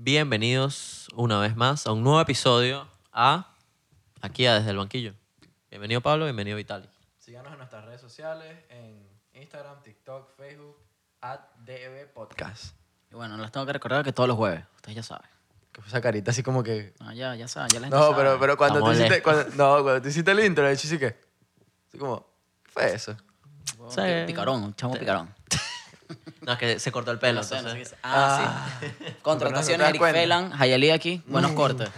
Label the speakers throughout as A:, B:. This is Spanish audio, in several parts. A: Bienvenidos una vez más a un nuevo episodio a Aquí a Desde el Banquillo. Bienvenido Pablo, bienvenido Vitali.
B: Síganos en nuestras redes sociales, en Instagram, TikTok, Facebook, at DEB Podcast.
C: Y bueno, les tengo que recordar que todos los jueves, ustedes ya saben.
B: Que fue esa carita así como que...
C: No, ya, ya saben, ya la gente
B: No,
C: sabe.
B: pero, pero cuando, tú
C: Estamos
B: hiciste,
C: lejos.
B: cuando, no, cuando tú hiciste el intro, de hecho sí que... Así como, ¿qué fue eso?
C: Huevón,
A: Sí.
C: pi- Picarón, un chamo picarón.
A: No, es que se cortó el pelo.
C: No sé, no sé
A: entonces-
C: qué es. Ah, sí.
B: Pero no
C: Contrataciones,
B: te das
C: Eric
B: cuenta.
C: Felan, Hayali aquí, buenos cortes.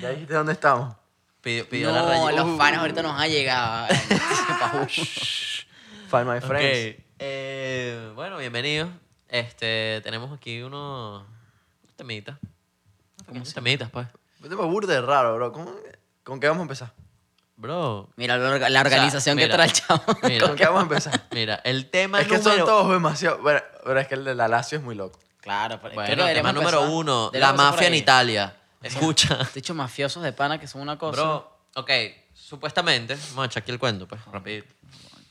B: Ya dijiste dónde estamos.
A: Pidió, pidió la
C: No,
A: raya.
C: los fans ahorita nos han llegado.
B: Find my
A: Ok,
B: friends.
A: eh, bueno, bienvenidos. Este, tenemos aquí unos unos temitas. Unos temitas, pues.
B: Un tema burda de raro, bro. ¿Cómo- ¿Con qué vamos a empezar?
A: Bro.
C: Mira la, orga- la
A: sea,
C: organización que
A: mira,
C: trae el chamo.
A: Mira,
B: ¿Con qué vamos a empezar?
A: mira, el tema
B: es que
A: número
B: son todos demasiado... Bueno, pero es que el de la Lazio es muy loco.
C: Claro, pero creo que
A: Bueno, tema
C: deberíamos
A: número
C: empezar-
A: uno, la
C: deberíamos empezar
A: mafia
C: por
A: en
C: ahí.
A: Italia. Escucha.
C: Te he dicho mafiosos de pana que son una cosa.
A: Bro, ok, supuestamente, vamos a echar aquí el cuento, pues, rapidito.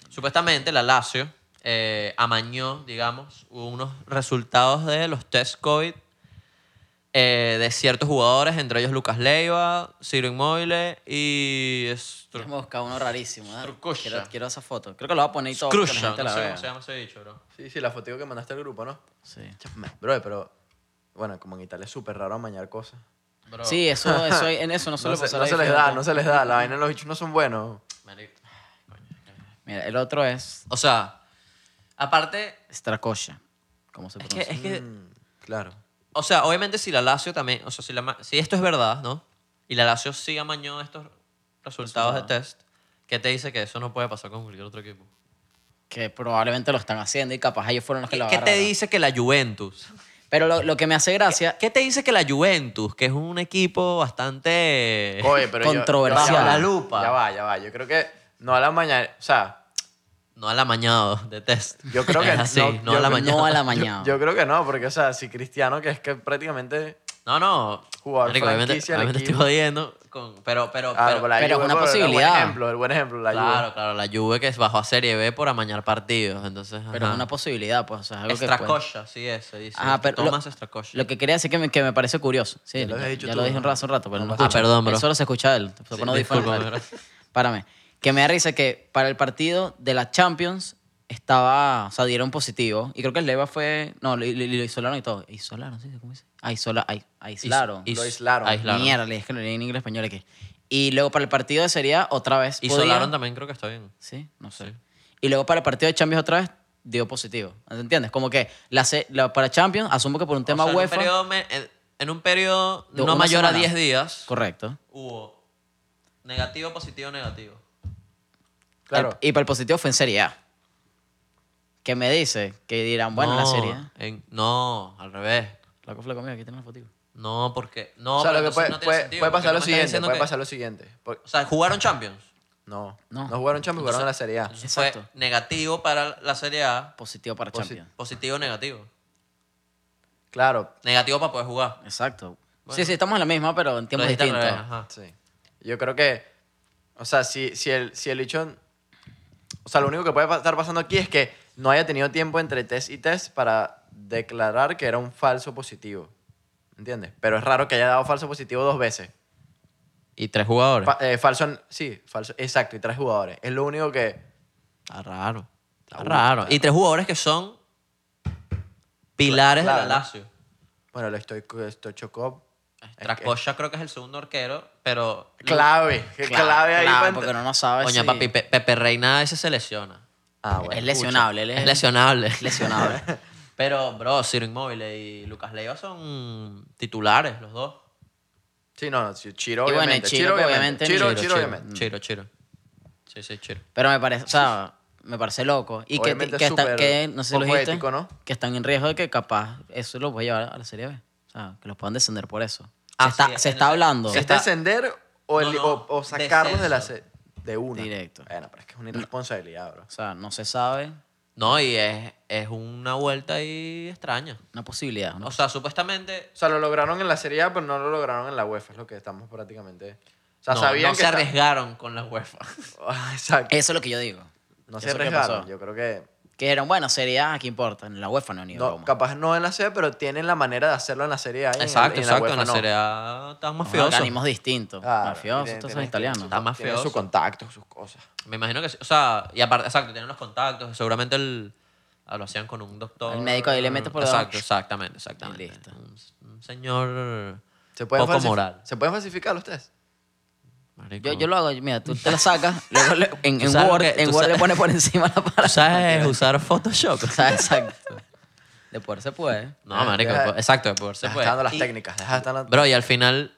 A: Supuestamente la Lazio eh, amañó, digamos, unos resultados de los test COVID eh, de ciertos jugadores, entre ellos Lucas Leiva, Ciro Inmóvile y... Stru-
C: Déjame buscar uno rarísimo. ¿eh?
A: Strucusha.
C: Quiero, quiero esa foto. Creo que lo voy a poner y todo. para que la
A: Scrusha,
C: gente
A: no
C: la
A: sé
C: vea.
A: cómo se llama ese bicho, bro.
B: Sí, sí, la fotito que mandaste al grupo, ¿no?
C: Sí.
B: Bro, pero... Bueno, como en Italia es súper raro amañar cosas.
A: Bro,
C: Sí, eso, eso, en eso no
B: No
C: solo
B: se, no se les da, no se les da. La vaina de los bichos no son buenos.
A: marico.
C: Mira, el otro es
A: O sea, aparte,
C: Stracosha. ¿Cómo se
A: es que,
C: pronuncia?
A: es que
B: Mm, claro.
A: O sea, obviamente si la Lazio también, o sea, si, la ma- si esto es verdad, ¿no? Y la Lazio sí amañó estos resultados de test, ¿qué te dice que eso no puede pasar con cualquier otro equipo?
C: Que probablemente lo están haciendo y capaz ellos fueron los que
A: ¿Qué,
C: lo
A: qué te
C: agarraron.
A: dice que la Juventus?
C: Pero lo, lo que me hace gracia,
A: ¿Qué te dice que la Juventus, que es un equipo bastante...
B: Oye, pero yo-
C: Controversial.
B: ya va,
A: Bajo la lupa.
B: Ya va, ya va. Yo creo que no a la mañana. O sea,
A: No al amañado de test.
B: Yo creo que
A: Es así,
B: no,
A: no,
B: yo-
A: al amañado.
C: no a la
B: yo,
C: mañana.
B: yo creo que no, porque, o sea, si Cristiano, que es que prácticamente.
A: No, no.
B: Jugador
A: Marico, obviamente
B: franquicia del
A: obviamente estoy
B: equipo.
A: jodiendo, con- pero... pero,
B: Ah,
A: pero
B: la
C: pero es
B: Juve, por-
C: una
B: El buen
C: posibilidad.
B: ejemplo, el buen ejemplo, la
A: claro,
B: Juve.
A: claro, la Juve que bajó a Serie B por amañar partidos, entonces...
C: pero
A: ajá.
C: es una posibilidad, pues, o sea, es algo que puede-
A: Estracocha, sí es, se dice.
C: Ajá, pero lo-
A: Tomás Estracocha.
C: Lo que quería decir que me, que me parece curioso.
B: Ya
C: Sí, ya
B: lo
C: lo,
B: habías dicho
C: ya
B: tú,
C: lo dije un
B: ¿no?
C: rato, rato, pero no
B: Ah,
C: lo escucho.
A: perdón, bro.
C: Él solo se escucha él. Se pone audífonos.
A: discúlpame, bro.
C: Párame. Que me da risa que para el partido de la Champions estaba, o sea, dieron positivo. Y creo que el Leva fue, no, lo, lo- lo isolaron y todo. Isolaron, sí, ¿cómo dice? Ah, isola, ai- aislaron.
A: Is-
B: Lo aislaron.
A: aislaron.
C: Mierda, es que lo leí en inglés español aquí. Y luego para el partido de Serie A, otra vez.
A: Y
C: podía-
A: Solaron también creo que está bien.
C: Sí, no sé.
A: Sí.
C: Y luego para el partido de Champions otra vez dio positivo. ¿Entiendes? Como que la, se- la- para Champions, asumo que por un tema
A: O sea, en un
C: UEFA.
A: periodo me- en- en un periodo
C: De
A: no
C: una
A: mayor a
C: semana.
A: 10 días
C: Correcto.
A: hubo negativo, positivo, negativo.
B: Claro.
C: El-
A: Eh,
C: y para el positivo fue en Serie A. ¿Qué me dice? Que dirán, bueno,
A: no,
C: la Serie A.
A: en- no, al revés.
C: Flaco, flaco, mira, aquí tenemos la fotito.
A: No, porque... No,
B: o sea,
A: pero
B: lo que
A: entonces
B: puede,
A: no tiene
B: puede-
A: sentido,
B: puede
A: porque no
B: pasar lo
A: me estás
B: siguiente.
A: diciendo
B: Puede
A: que-
B: pasar lo siguiente. Por-
A: O sea, jugaron Champions.
B: no, no.
C: No.
B: jugaron Champions, jugaron en la Serie A.
A: Entonces fue
C: Exacto.
A: negativo para la Serie A,
C: Positivo para
B: Posi-
C: Champions.
A: positivo, negativo.
B: Claro,
A: Negativo para poder jugar.
C: Exacto.
A: Bueno.
C: Sí, sí, estamos en la misma, pero en
A: Lo
C: tiempos
A: dijiste al
C: distintos.
A: revés, ajá.
B: sí. Yo creo que. O sea, si, si el, si el bicho- O sea, lo único que puede pa- estar pasando aquí es que no haya tenido tiempo entre test y test para declarar que era un falso positivo. ¿Entiendes? Pero es raro que haya dado falso positivo dos veces.
A: Y tres jugadores.
B: Fa- eh, falso, en- sí, falso, exacto, y tres jugadores. Es lo único que.
A: Está raro. Está raro. Y tres jugadores que son pilares
B: Claro,
A: de la
B: ¿no?
A: Lazio.
B: Bueno, lo estoy, estoy chocó.
A: Tracocha creo que es el segundo arquero, pero...
B: Clave, que
C: Claro,
B: clave ahí.
C: claro,
B: para
C: porque
B: entrar.
C: uno no sabe
A: Coño,
C: si-
A: papi, Pe- Pepe Reina a veces se lesiona.
B: Ah, bueno.
C: es lesionable. Él es
A: Es lesionable.
C: lesionable.
A: Pero, bro, Ciro Inmóvil y Lucas Leiva son titulares los dos.
B: Sí, no, no, sí, Chiro,
C: Y bueno,
B: obviamente.
C: Chiro,
B: Chiro, obviamente.
C: obviamente,
B: Chiro,
C: Chiro,
B: Chiro,
C: Chiro.
B: obviamente.
A: Chiro, Chiro. Sí, sí, Chiro.
C: Pero me parece, o sea, me parece loco. Y que,
B: Obviamente
C: que,
B: es
C: está-
B: súper
C: que, no sé si lo
B: poco
C: dijiste,
B: ético, ¿no?
C: que están en riesgo de que capaz eso lo voy a llevar a la Serie B. O sea, que los puedan descender por eso.
A: Ah,
C: se está,
A: sí,
C: se
A: en
C: está
A: el-
C: hablando.
A: Sí,
B: ¿Es
A: está-
B: descender o, el-
A: No, no,
B: o- o sacarlos de la
A: descenso.
B: se- de una?
C: Directo.
B: Bueno, pero es que es una irresponsabilidad, bro.
C: O sea, no se sabe.
A: No, y es, es una vuelta ahí extraña.
C: Una posibilidad. ¿no?
A: O sea, supuestamente
B: O sea, lo lograron en la Serie A, pero no lo lograron en la UEFA, es lo que estamos prácticamente. O sea,
A: no,
B: sabían
A: no
B: que.
A: se
B: esta-
A: arriesgaron con la UEFA.
B: Ah, Exacto.
C: Eso es lo que yo digo.
B: No se
C: Eso que
B: arriesgaron.
C: pasó.
B: Yo creo que.
C: Que dijeron, bueno, Serie A, ¿qué importa? En la UEFA no, ni
B: No,
C: broma.
B: capaz no en la serie, pero tienen la manera de hacerlo en la serie A. y en el-
A: Exacto,
B: y en la
A: exacto.
B: UEFA
A: En la
B: no.
A: Serie A están
C: Son
A: mafiosos.
C: organismos distintos.
B: Claro,
C: mafiosos,
B: tienen-
C: todos son
B: tienen-
C: italianos.
A: Está más
B: Tienen
A: feo
B: su
A: eso.
B: contacto, sus cosas.
A: Me imagino que sí. O sea, y aparte, exacto, tienen los contactos. Seguramente el, ah, lo hacían con un doctor.
C: El médico ahí le mete por
A: Exacto,
C: debajo.
A: exactamente, exactamente.
C: Y listo.
A: Un, un señor
B: Se pueden
A: poco
B: falsif-
A: moral.
B: ¿Se pueden falsificar ustedes?
A: marico.
C: Yo, yo lo hago, mira, tú te la sacas, luego le- en,
A: Tú
C: en
A: sabes
C: Word,
A: que-
C: en
A: tú
C: Word le
A: sabes-
C: pones por encima la
A: ¿Tú
C: palabra.
A: sabes usar Photoshop?
C: O sea, exacto. De poder se puede.
A: No, marico,
B: Deja-
A: pues, exacto, por se
B: Deja
A: puede.
B: estando las
A: Y-
B: técnicas. Deja estando-
A: Bro, y al final,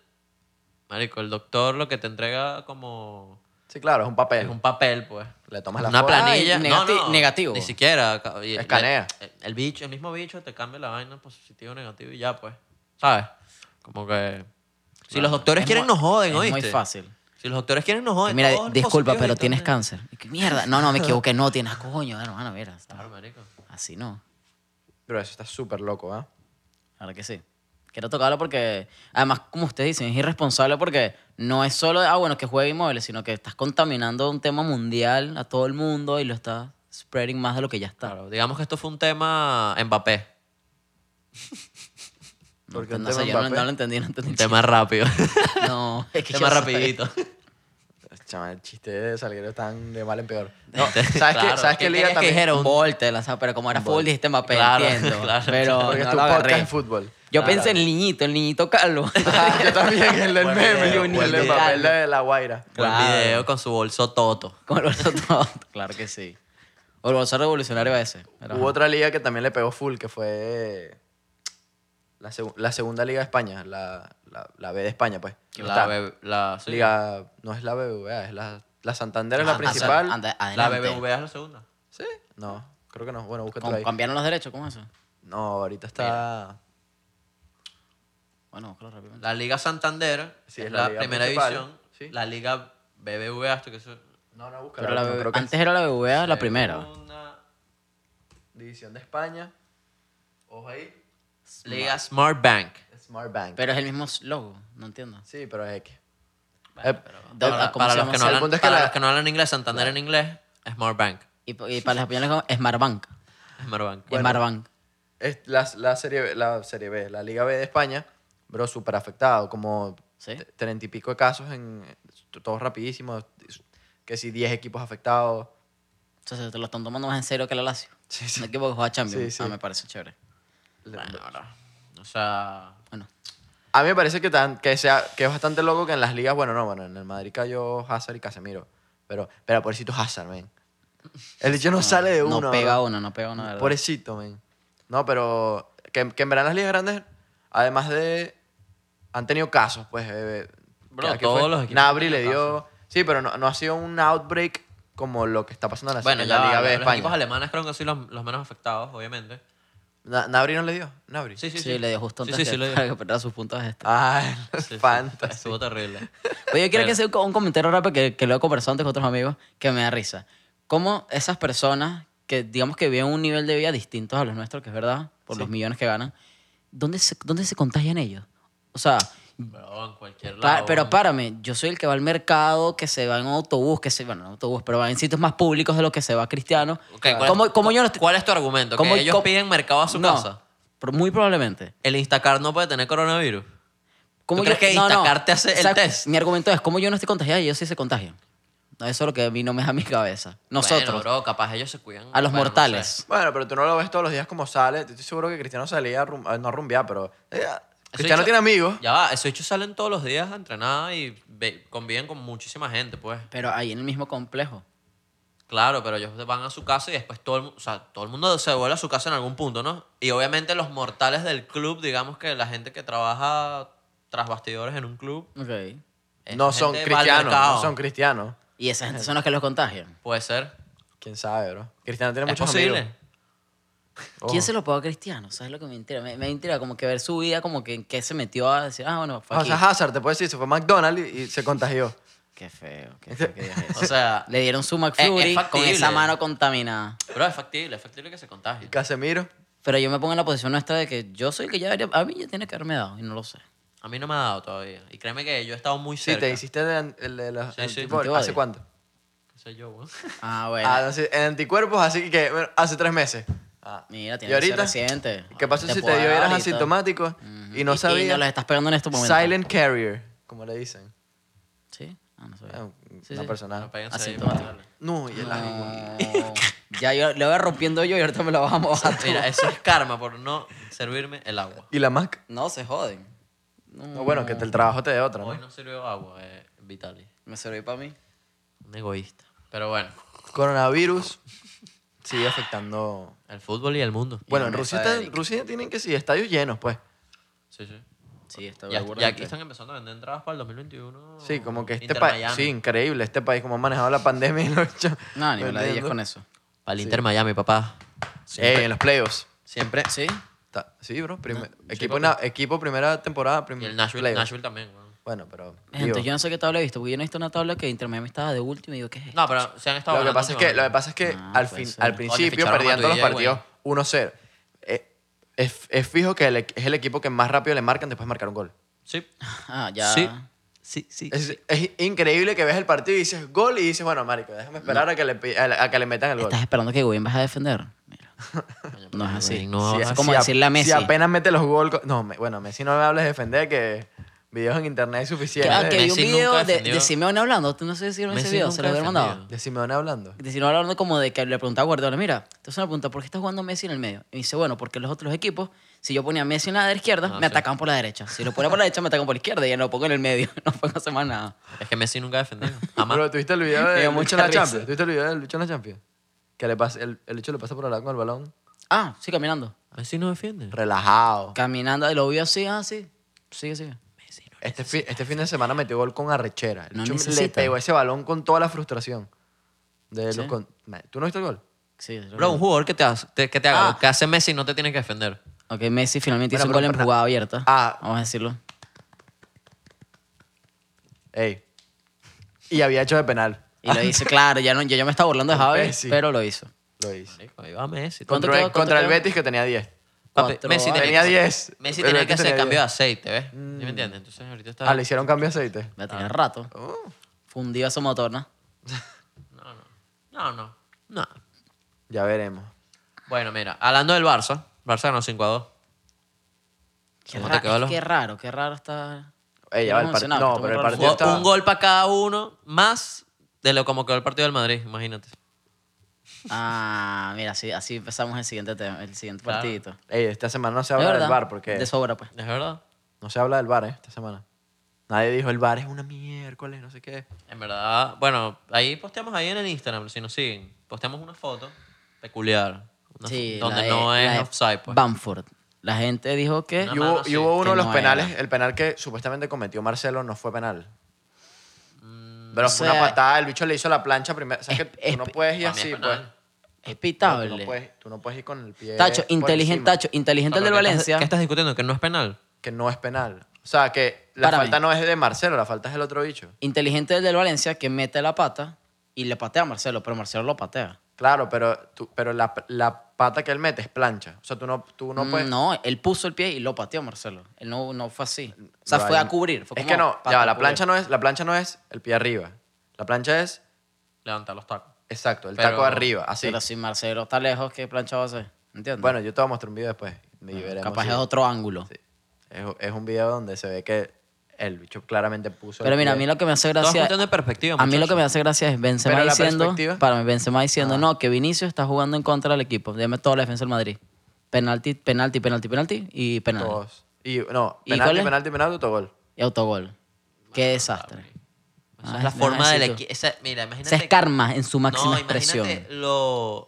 A: marico, el doctor lo que te entrega como
B: Sí, claro, es un papel.
A: es un papel, pues.
B: Le tomas la
A: Una
B: foto.
A: planilla.
C: Ay,
A: no,
C: negati-
A: no,
C: negativo.
A: Ni siquiera. ca- y-
B: Escanea.
A: El, el bicho, el mismo bicho te cambia la vaina positivo, negativo y ya, pues. ¿Sabes? Como que... Si los doctores
C: Es
A: quieren,
C: mu-
A: nos joden,
C: es
A: ¿oíste?
C: muy fácil.
A: Si los doctores quieren, nos joden.
C: Mira,
A: Todos los
C: disculpa,
A: positivos
C: pero
A: y todos
C: tienes
A: neg-
C: cáncer. Y que, Mierda. No, no, me equivoqué. No tienes coño, hermano, mira. está-
A: Claro, marico.
C: Así no.
B: Pero eso está súper loco, ¿ah?
C: Ahora que sí. Quiero tocarlo porque, además, como ustedes dicen, es irresponsable porque no es solo, ah, bueno, que juegue inmóviles, sino que estás contaminando un tema mundial a todo el mundo y lo estás spreading más de lo que ya está.
A: Claro, digamos que esto fue un tema Mbappé.
B: Porque un
C: no, sé,
B: tema
C: yo no,
B: Mbappé-
C: no lo entendí, no entendí.
A: Un tema rápido.
C: No, es que
A: tema
C: yo soy-
A: rapidito.
B: Chama, el chiste de Salguero están de mal en peor. No, ¿Sabes
A: Claro,
B: qué? ¿Sabes
A: ¿qué
B: qué liga
A: querías que
B: también?
A: dijera? Era un-
C: Volte, la- pero como era full, dijiste Mbappé,
A: Claro,
C: entiendo.
A: claro.
C: pero
B: Porque
C: no
B: es tu
C: lo agarré.
B: podcast de fútbol.
C: Yo pensé en el niñito, el niñito calvo.
B: Ah, yo también, el del
A: Buen
B: meme.
A: video,
B: El
A: buen
B: del
A: video.
B: papel de la guaira.
A: Buen
C: Claro.
A: video con su bolso toto.
C: Como el bolso todo. Claro que sí. O el bolso revolucionario ese. Pero,
B: Hubo otra liga que también le pegó full, que fue la, segu- la segunda liga de España, la, la, la B de España, pues.
A: La,
B: Está.
A: be- la, sí.
B: Liga, no es la BBVA, es la, la Santander es
C: Ah,
B: la
C: o sea,
B: principal.
C: anda-
A: la
C: adelante.
A: BBVA es la segunda.
B: ¿Sí? No, creo que no. Bueno, búscatelo
C: Com-
B: ahí.
C: ¿Cambiaron los derechos? ¿Cómo es eso?
B: No, ahorita está...
C: Bueno, búscalo rápidamente.
A: La Liga Santander
B: Sí,
A: es
B: es la
A: la,
B: liga
A: primera
B: principal,
A: división.
B: sí.
A: La Liga BBVA, esto que eso.
B: No, no, búscalo.
C: Pero la
B: no,
C: BBVA
B: creo que
C: antes era la BBVA la primera.
A: Segunda
B: es División de España. Ojo ahí.
A: Liga Smart Bank.
C: Eh,
B: Smart Bank.
C: Pero es el mismo logo, no entiendo.
B: sí, pero es X. Eh,
C: Da-
A: Para,
C: ¿cómo
A: para
C: se
A: los
C: llama
A: que
C: eso?
A: no
B: El
A: hablan,
B: punto es que
A: para
B: la-
A: los que no hablan inglés, Santander en inglés, Smart Bank.
C: Y, y para los españoles como Smart Bank.
A: Smart Bank.
C: Smart Bank.
B: es la, la, serie, B- la Serie B, la Liga B de España, bro, súper afectado, como
C: Sí.
B: t- treinta y pico de casos, en todos rapidísimos, que si 10 equipos afectados.
C: Entonces te lo están tomando más en serio que la Lazio.
B: Sí, sí.
C: Un equipo que juega Champions.
B: Sí, sí.
C: Ah, me parece chévere.
A: Bueno, bro. O sea,
C: Bueno,
B: A mí me parece que, tan, que, sea, que es bastante loco que en las ligas, bueno, no, bueno, en el Madrid cayó Hazard y Casemiro, pero, pero pobrecito Hazard, men. El dicho no, sale de uno.
C: no pega
B: bro.
C: uno, no pega uno, de ¿verdad?
B: Pobrecito, men. No, pero que, que en verano las ligas grandes, además de... Han tenido casos, pues... eh,
A: Bro,
B: que- que
A: todos
B: fue-
A: los equipos
B: Nabri
A: han
B: le
A: tenido
B: dio... Sí, pero no, no ha sido un outbreak como lo que está pasando en la,
A: bueno
B: en
A: ya
B: la Liga
A: va,
B: B de
A: los equipos
B: España.
A: alemanes creo que son los, los menos afectados, obviamente.
B: Na- Nabri no le dio. Nabri. Ah,
A: Sí, sí,
C: Sí,
A: sí.
C: le dio justo
A: Sí,
C: antes
A: sí, sí,
C: que-
A: le dio.
C: para que perdiera sus puntos extra.
B: Ay,
A: Sí, sí.
B: fantasy.
A: Estuvo terrible.
C: Oye, yo quiero que
A: Pero-
C: sea un, un comentario rápido que, que lo he conversado antes con otros amigos que me da risa. ¿Cómo esas personas que, digamos, que viven un nivel de vida distinto a los nuestros, que es verdad, por los millones que ganan, ¿dónde se, dónde se contagian ellos? O sea,
A: Bro, en cualquier
C: pa-
A: lado.
C: pero párame, yo soy el que va al mercado, que se va en autobús, que se, bueno, no en autobús, pero va en sitios más públicos de lo que se va cristiano.
A: Ok, ¿cuál es-
C: ¿Cómo, cómo yo no estoy-
A: ¿Cuál es tu argumento?
C: cómo-
A: que ellos
C: cómo-
A: piden mercado a su
C: No,
A: casa.
C: pero muy probablemente.
A: ¿El Instacart no puede tener coronavirus?
C: ¿Cómo
A: ¿Tú crees que Instacart te hace el test?
C: Mi argumento es, ¿cómo yo no estoy contagiado y ellos sí se contagian? No, eso es lo que a mí no me da mi cabeza. Nosotros,
A: Bueno, bro, capaz ellos se cuidan.
C: a
A: bueno,
C: los
A: no
C: mortales.
B: Bueno, pero tú no lo ves todos los días como sale. Estoy seguro que Cristiano salía, a rum- eh, no a rumbear, pero... eh,
A: sé.
B: Cristiano
A: Esos
B: tiene
A: bichos-
B: amigos.
A: Ya va, esos hechos salen todos los días a entrenar y ve- conviven con muchísima gente, pues.
C: Pero ahí en el mismo complejo.
A: Claro, pero ellos van a su casa y después todo el, mu- o sea, todo el mundo se vuelve a su casa en algún punto, ¿no? Y obviamente los mortales del club, digamos que la gente que trabaja tras bastidores en un club,
C: Ok.
A: esa
B: No son
A: gente va al
B: cristianos,
A: mercado.
B: no son cristianos.
C: Y esa gente son los que los contagian.
A: Puede ser.
B: ¿Quién sabe, bro? Cristiano tiene
A: Es
B: muchos
A: posible.
B: amigos. Ojo.
C: ¿Quién se lo pagó a Cristiano? ¿Sabes lo que me entera? Me, me entera como que ver su vida, como que en qué se metió a decir, ah, bueno, fue
B: O
C: aquí.
B: sea, Hazard, te puedo decir, se fue a McDonald's y, y se contagió.
C: Qué feo, qué feo que digas eso.
A: O sea,
C: Le dieron su
A: es
C: McFlurry con
A: factible.
C: esa mano contaminada.
A: pero es factible, es factible que se contagie.
B: Casemiro,
C: Pero yo me pongo en la posición nuestra de que yo soy el que ya debería, a mí ya tiene que haberme dado y no lo sé.
A: A mí no me ha dado todavía. Y créeme que yo he estado muy
B: sí,
A: cerca.
B: te hiciste el, el de los
A: Sí, sí.
B: antibodies.
C: Antibody.
B: ¿Hace cuánto?
A: sé yo, weón.
C: Ah, bueno.
B: Ah, no sé, en anticuerpos, así que bueno, hace tres meses. Ah.
C: Mira, tiene
B: ¿Y
C: que ser
B: ahorita?
C: reciente.
B: ¿Qué pasó
C: Te
B: si
C: puedo
B: te dio
C: dar
B: eras
C: ahorita.
B: asintomático
C: Ujú.
B: y no
C: Y no
B: sabías?
C: las estás pegando en este estos momentos.
B: Silent carrier, como le dicen.
C: Sí. Ah, no sabía.
B: Ah,
C: Sí,
B: una
C: sí.
B: persona.
A: No, péguense ahí,
C: Asintomático.
A: vale.
B: No, y el
C: No. ya yo le voy rompiendo yo y ahorita me lo vas a mojar. tú.
A: Mira, eso es karma por no servirme el agua.
B: ¿Y la Mac?
C: No, se joden.
B: No, bueno, que te- el trabajo te dé otra,
A: Hoy
B: ¿no?
A: no sirvió agua, eh, Vitali.
C: Me sirvió para mí.
A: Un egoísta. Pero bueno,
B: Coronavirus sigue afectando.
A: el fútbol y el mundo.
B: Bueno,
C: la
B: en
C: mesa
B: Rusia,
C: de
B: está-
C: Eric.
B: Rusia tienen que sí, estadios llenos, pues.
A: Sí, sí.
C: Sí, está
A: Ya,
C: burda
A: ya
C: de
A: aquí
C: gente.
A: están empezando a vender entradas para el 2021.
B: Sí,
C: Mm,
B: como que este
A: Inter
B: país.
A: Miami.
B: Sí, increíble. Este país, como ha manejado la pandemia y lo ha hecho.
C: No, ni me la digas
B: vendiendo.
C: con eso.
A: Para el Inter Miami, papá.
B: Ey, en los playoffs.
A: Siempre.
C: ¿Sí?
B: Ta- Sí, bro. primer- equipo,
A: papi.
B: na- equipo primera temporada. prim-
A: Y el Nashville,
B: playoffs.
A: Nashville también, weón.
B: Bueno, pero. digo,
C: Gente, yo no sé qué tabla he visto, porque yo no he visto una tabla que Inter Miami estaba de último y digo, ¿qué es esto?
A: No, pero se han estado
B: lo, que
A: ganando
B: pasa es que, lo que
A: últimamente.
B: pasa es que
C: Ah,
B: al,
C: puede
B: fin-
C: ser.
B: al
C: Coño,
B: principio
A: ficharon a
B: perdían todos los
A: Matuidi,
B: partidos 1-0. Eh, Es, es fijo que el equ- es el equipo que más rápido le marcan después de marcar un gol.
A: Sí.
C: Ah, ya.
A: Sí. Sí, sí.
B: Es, es increíble que ves el partido y dices gol y dices, bueno, marico, déjame esperar a, que le, pi- a, a que le metan el gol.
C: ¿Estás esperando que Goyen vas a defender? Mira.
A: Coño,
C: No es
A: pero
C: así.
A: Wayne no
C: Sí,
A: va
C: es
A: a-
C: como
B: a-
C: decirle a Messi.
B: Si apenas mete los goles... No, me- bueno, Messi no me hables de defender, que videos en internet hay
C: Que-
B: suficientes.
C: ah, que vi un
A: Messi nunca
C: video de,
A: defendió.
C: de Simeone hablando. ¿Tú no sé si vieron ese
A: Messi
C: video?
A: nunca
C: Se lo había
A: defendió.
C: mandado.
B: de Simeone hablando.
C: De Simeone hablando como de que le preguntaba a Guardiola, mira, entonces me pregunta, ¿por qué está jugando Messi en el medio? Y me dice, bueno, porque los otros equipos, si yo ponía a Messi en la izquierda,
A: Ah,
C: me
A: sí.
C: atacaban por la derecha. Si lo ponía por la derecha, me atacan por la izquierda y ya lo pongo en el medio. No puedo hacer más nada.
A: Es que Messi nunca ha defendido. Jamás.
B: Bro, ¿tuviste el video
C: Me
B: de
C: dio
B: Lucho
C: mucha
B: en la
C: risa.
B: Champions? ¿Tuviste el video del Lucho en la Champions? Que le pasa, el, el Lucho le pasa por al lado con el balón.
C: Ah, sí, caminando.
A: Messi no defiende.
B: Relajado.
C: Caminando, y lo vio así, así. Sigue, sigue.
A: Messi no.
B: Este, fi- este fin de semana metió gol con arrechera. El
C: No
B: Lucho le
C: necesita.
B: pegó ese balón con toda la frustración. De
C: Sí.
B: los con- Ma- ¿Tú no viste el gol?
C: Sí, sí, lo
A: Bro,
C: vi.
A: un jugador que te, hace- te- que te haga
B: Ah.
A: lo que hace Messi no te tienes que defender.
C: Ok, Messi finalmente hizo
B: Bueno,
C: un
B: pero
C: gol en
B: para-
C: jugada abierta.
B: Ah.
C: Vamos a decirlo.
B: Ey. Y había hecho de penal.
C: Y lo hizo, claro, ya no, yo ya me estaba burlando de
B: Con
C: Javi,
B: Messi.
C: pero lo hizo.
B: Lo hice.
A: Marico, ahí va Messi.
C: ¿Cuánto
B: Contra, el-
C: quedó? ¿Cuánto
B: contra el
C: quedó?
B: Betis que tenía 10.
A: Papi,
C: Cuatro,
A: Messi
C: ah.
A: tenía,
B: Tenía
A: que-
B: 10.
A: Messi
B: El
A: tenía que
B: Betis
A: hacer
B: tenía
A: cambio de
B: 10.
A: aceite, ¿ves? ¿Sí
B: Mm.
A: me entiendes? Entonces ahorita está...
B: Ah, le hicieron cambio de aceite.
C: La tenía rato. Fundido a su motor, ¿no?
A: No, no. No, no. No.
B: Ya veremos.
A: Bueno, mira, hablando del Barça. Barça ganó 5 a 2.
C: Qué,
A: ¿Cómo
C: ra-
A: te quedó
C: es
A: lo-
C: que raro, qué raro está.
B: Ey, ya va el partido.
C: Hemos mencionado
B: No,
C: que
B: pero el
C: está muy
B: partido
A: Jugó
B: estaba-
A: un gol para cada uno, más de lo como quedó el partido del Madrid, imagínate.
C: Ah, mira, así, así empezamos el siguiente tema, el siguiente
A: Claro.
C: partidito.
B: Ey, esta semana no se
C: Es
B: habla del
C: verdad,
B: bar porque...
C: De sobra, pues.
A: ¿Es verdad?
B: No se habla del bar, ¿eh? Esta semana. Nadie dijo el bar es una miércoles, no sé qué.
A: En verdad, bueno, ahí posteamos ahí en el Instagram, si nos siguen, posteamos una foto peculiar. una
C: Sí,
A: fo- donde
C: la de-
A: no
C: la
A: es
C: de
A: offside, pues.
C: Bamford. La gente dijo que.
A: Una
B: Y
A: mano,
B: hubo,
A: sí,
B: y hubo
C: que
B: uno de los
C: no
B: penales, el penal que supuestamente cometió Marcelo no fue penal. Pero fue
C: o sea,
B: una patada, el bicho le hizo la plancha primero. O sea,
C: es-
B: que
C: es-
B: tú no puedes ir
A: para mí es
B: así, pues.
A: penal.
C: Es
B: No, Tú
C: pitable.
B: no, puedes, tú no puedes ir con el pie.
C: Tacho,
B: por
C: inteligente,
B: encima,
C: Tacho, inteligente el del
A: Pero, ¿qué estás-
C: Valencia.
A: ¿Qué estás discutiendo? ¿Que no este es penal?
B: Que no es penal. O sea, que la
C: Párame.
B: falta no es de Marcelo, la falta es del otro bicho.
C: Inteligente el del Valencia que mete la pata y le patea a Marcelo, pero Marcelo lo patea.
B: Claro, pero, tú- pero la, la pata que él mete es plancha. O sea, tú no, tú no
C: Mm,
B: puedes.
C: No, él puso el pie y lo pateó Marcelo. Él no, no fue así. O sea,
B: Brian.
C: fue a cubrir. fue
B: es
C: como
B: que no,
C: pata
B: ya, va,
C: a
B: la
C: cubrir.
B: plancha no es, la plancha no es el pie arriba. La plancha es
A: Levantar los tacos.
B: exacto, el
A: Pero-
B: taco arriba, así.
C: Pero si Marcelo está lejos, ¿qué plancha va a hacer? ¿Entiendes?
B: Bueno, yo te voy a mostrar un video después. Y veremos
C: capaz
B: si-
C: es otro ángulo.
B: sí. Es, es un video donde se ve que el bicho claramente puso.
C: Pero
B: el
C: mira, a
B: pie.
C: mí lo que me hace
A: Estamos
C: gracia.
A: cuestión de perspectiva,
C: A mí lo que
A: muchachos.
C: me hace gracia es Benzema
B: Pero la
C: diciendo,
B: perspectiva-
C: para mí, Benzema
A: Ah.
C: diciendo, no, que Vinicio está jugando en contra del equipo. Deme toda la defensa del Madrid. Penalti, penalti, penalti, penalti y penal.
B: Todos. Y no,
C: ¿Y cuál
B: penalti,
C: es?
B: penalti, penalti, autogol.
C: Y autogol. Qué desastre.
A: Esa
C: Ay,
A: es la
C: me
A: forma
C: vas a
A: del
C: decir tú.
A: equipo. Mira,
C: Se
A: imagínate... que-
C: escarma en su máxima
A: no,
C: expresión.
A: imagínate lo...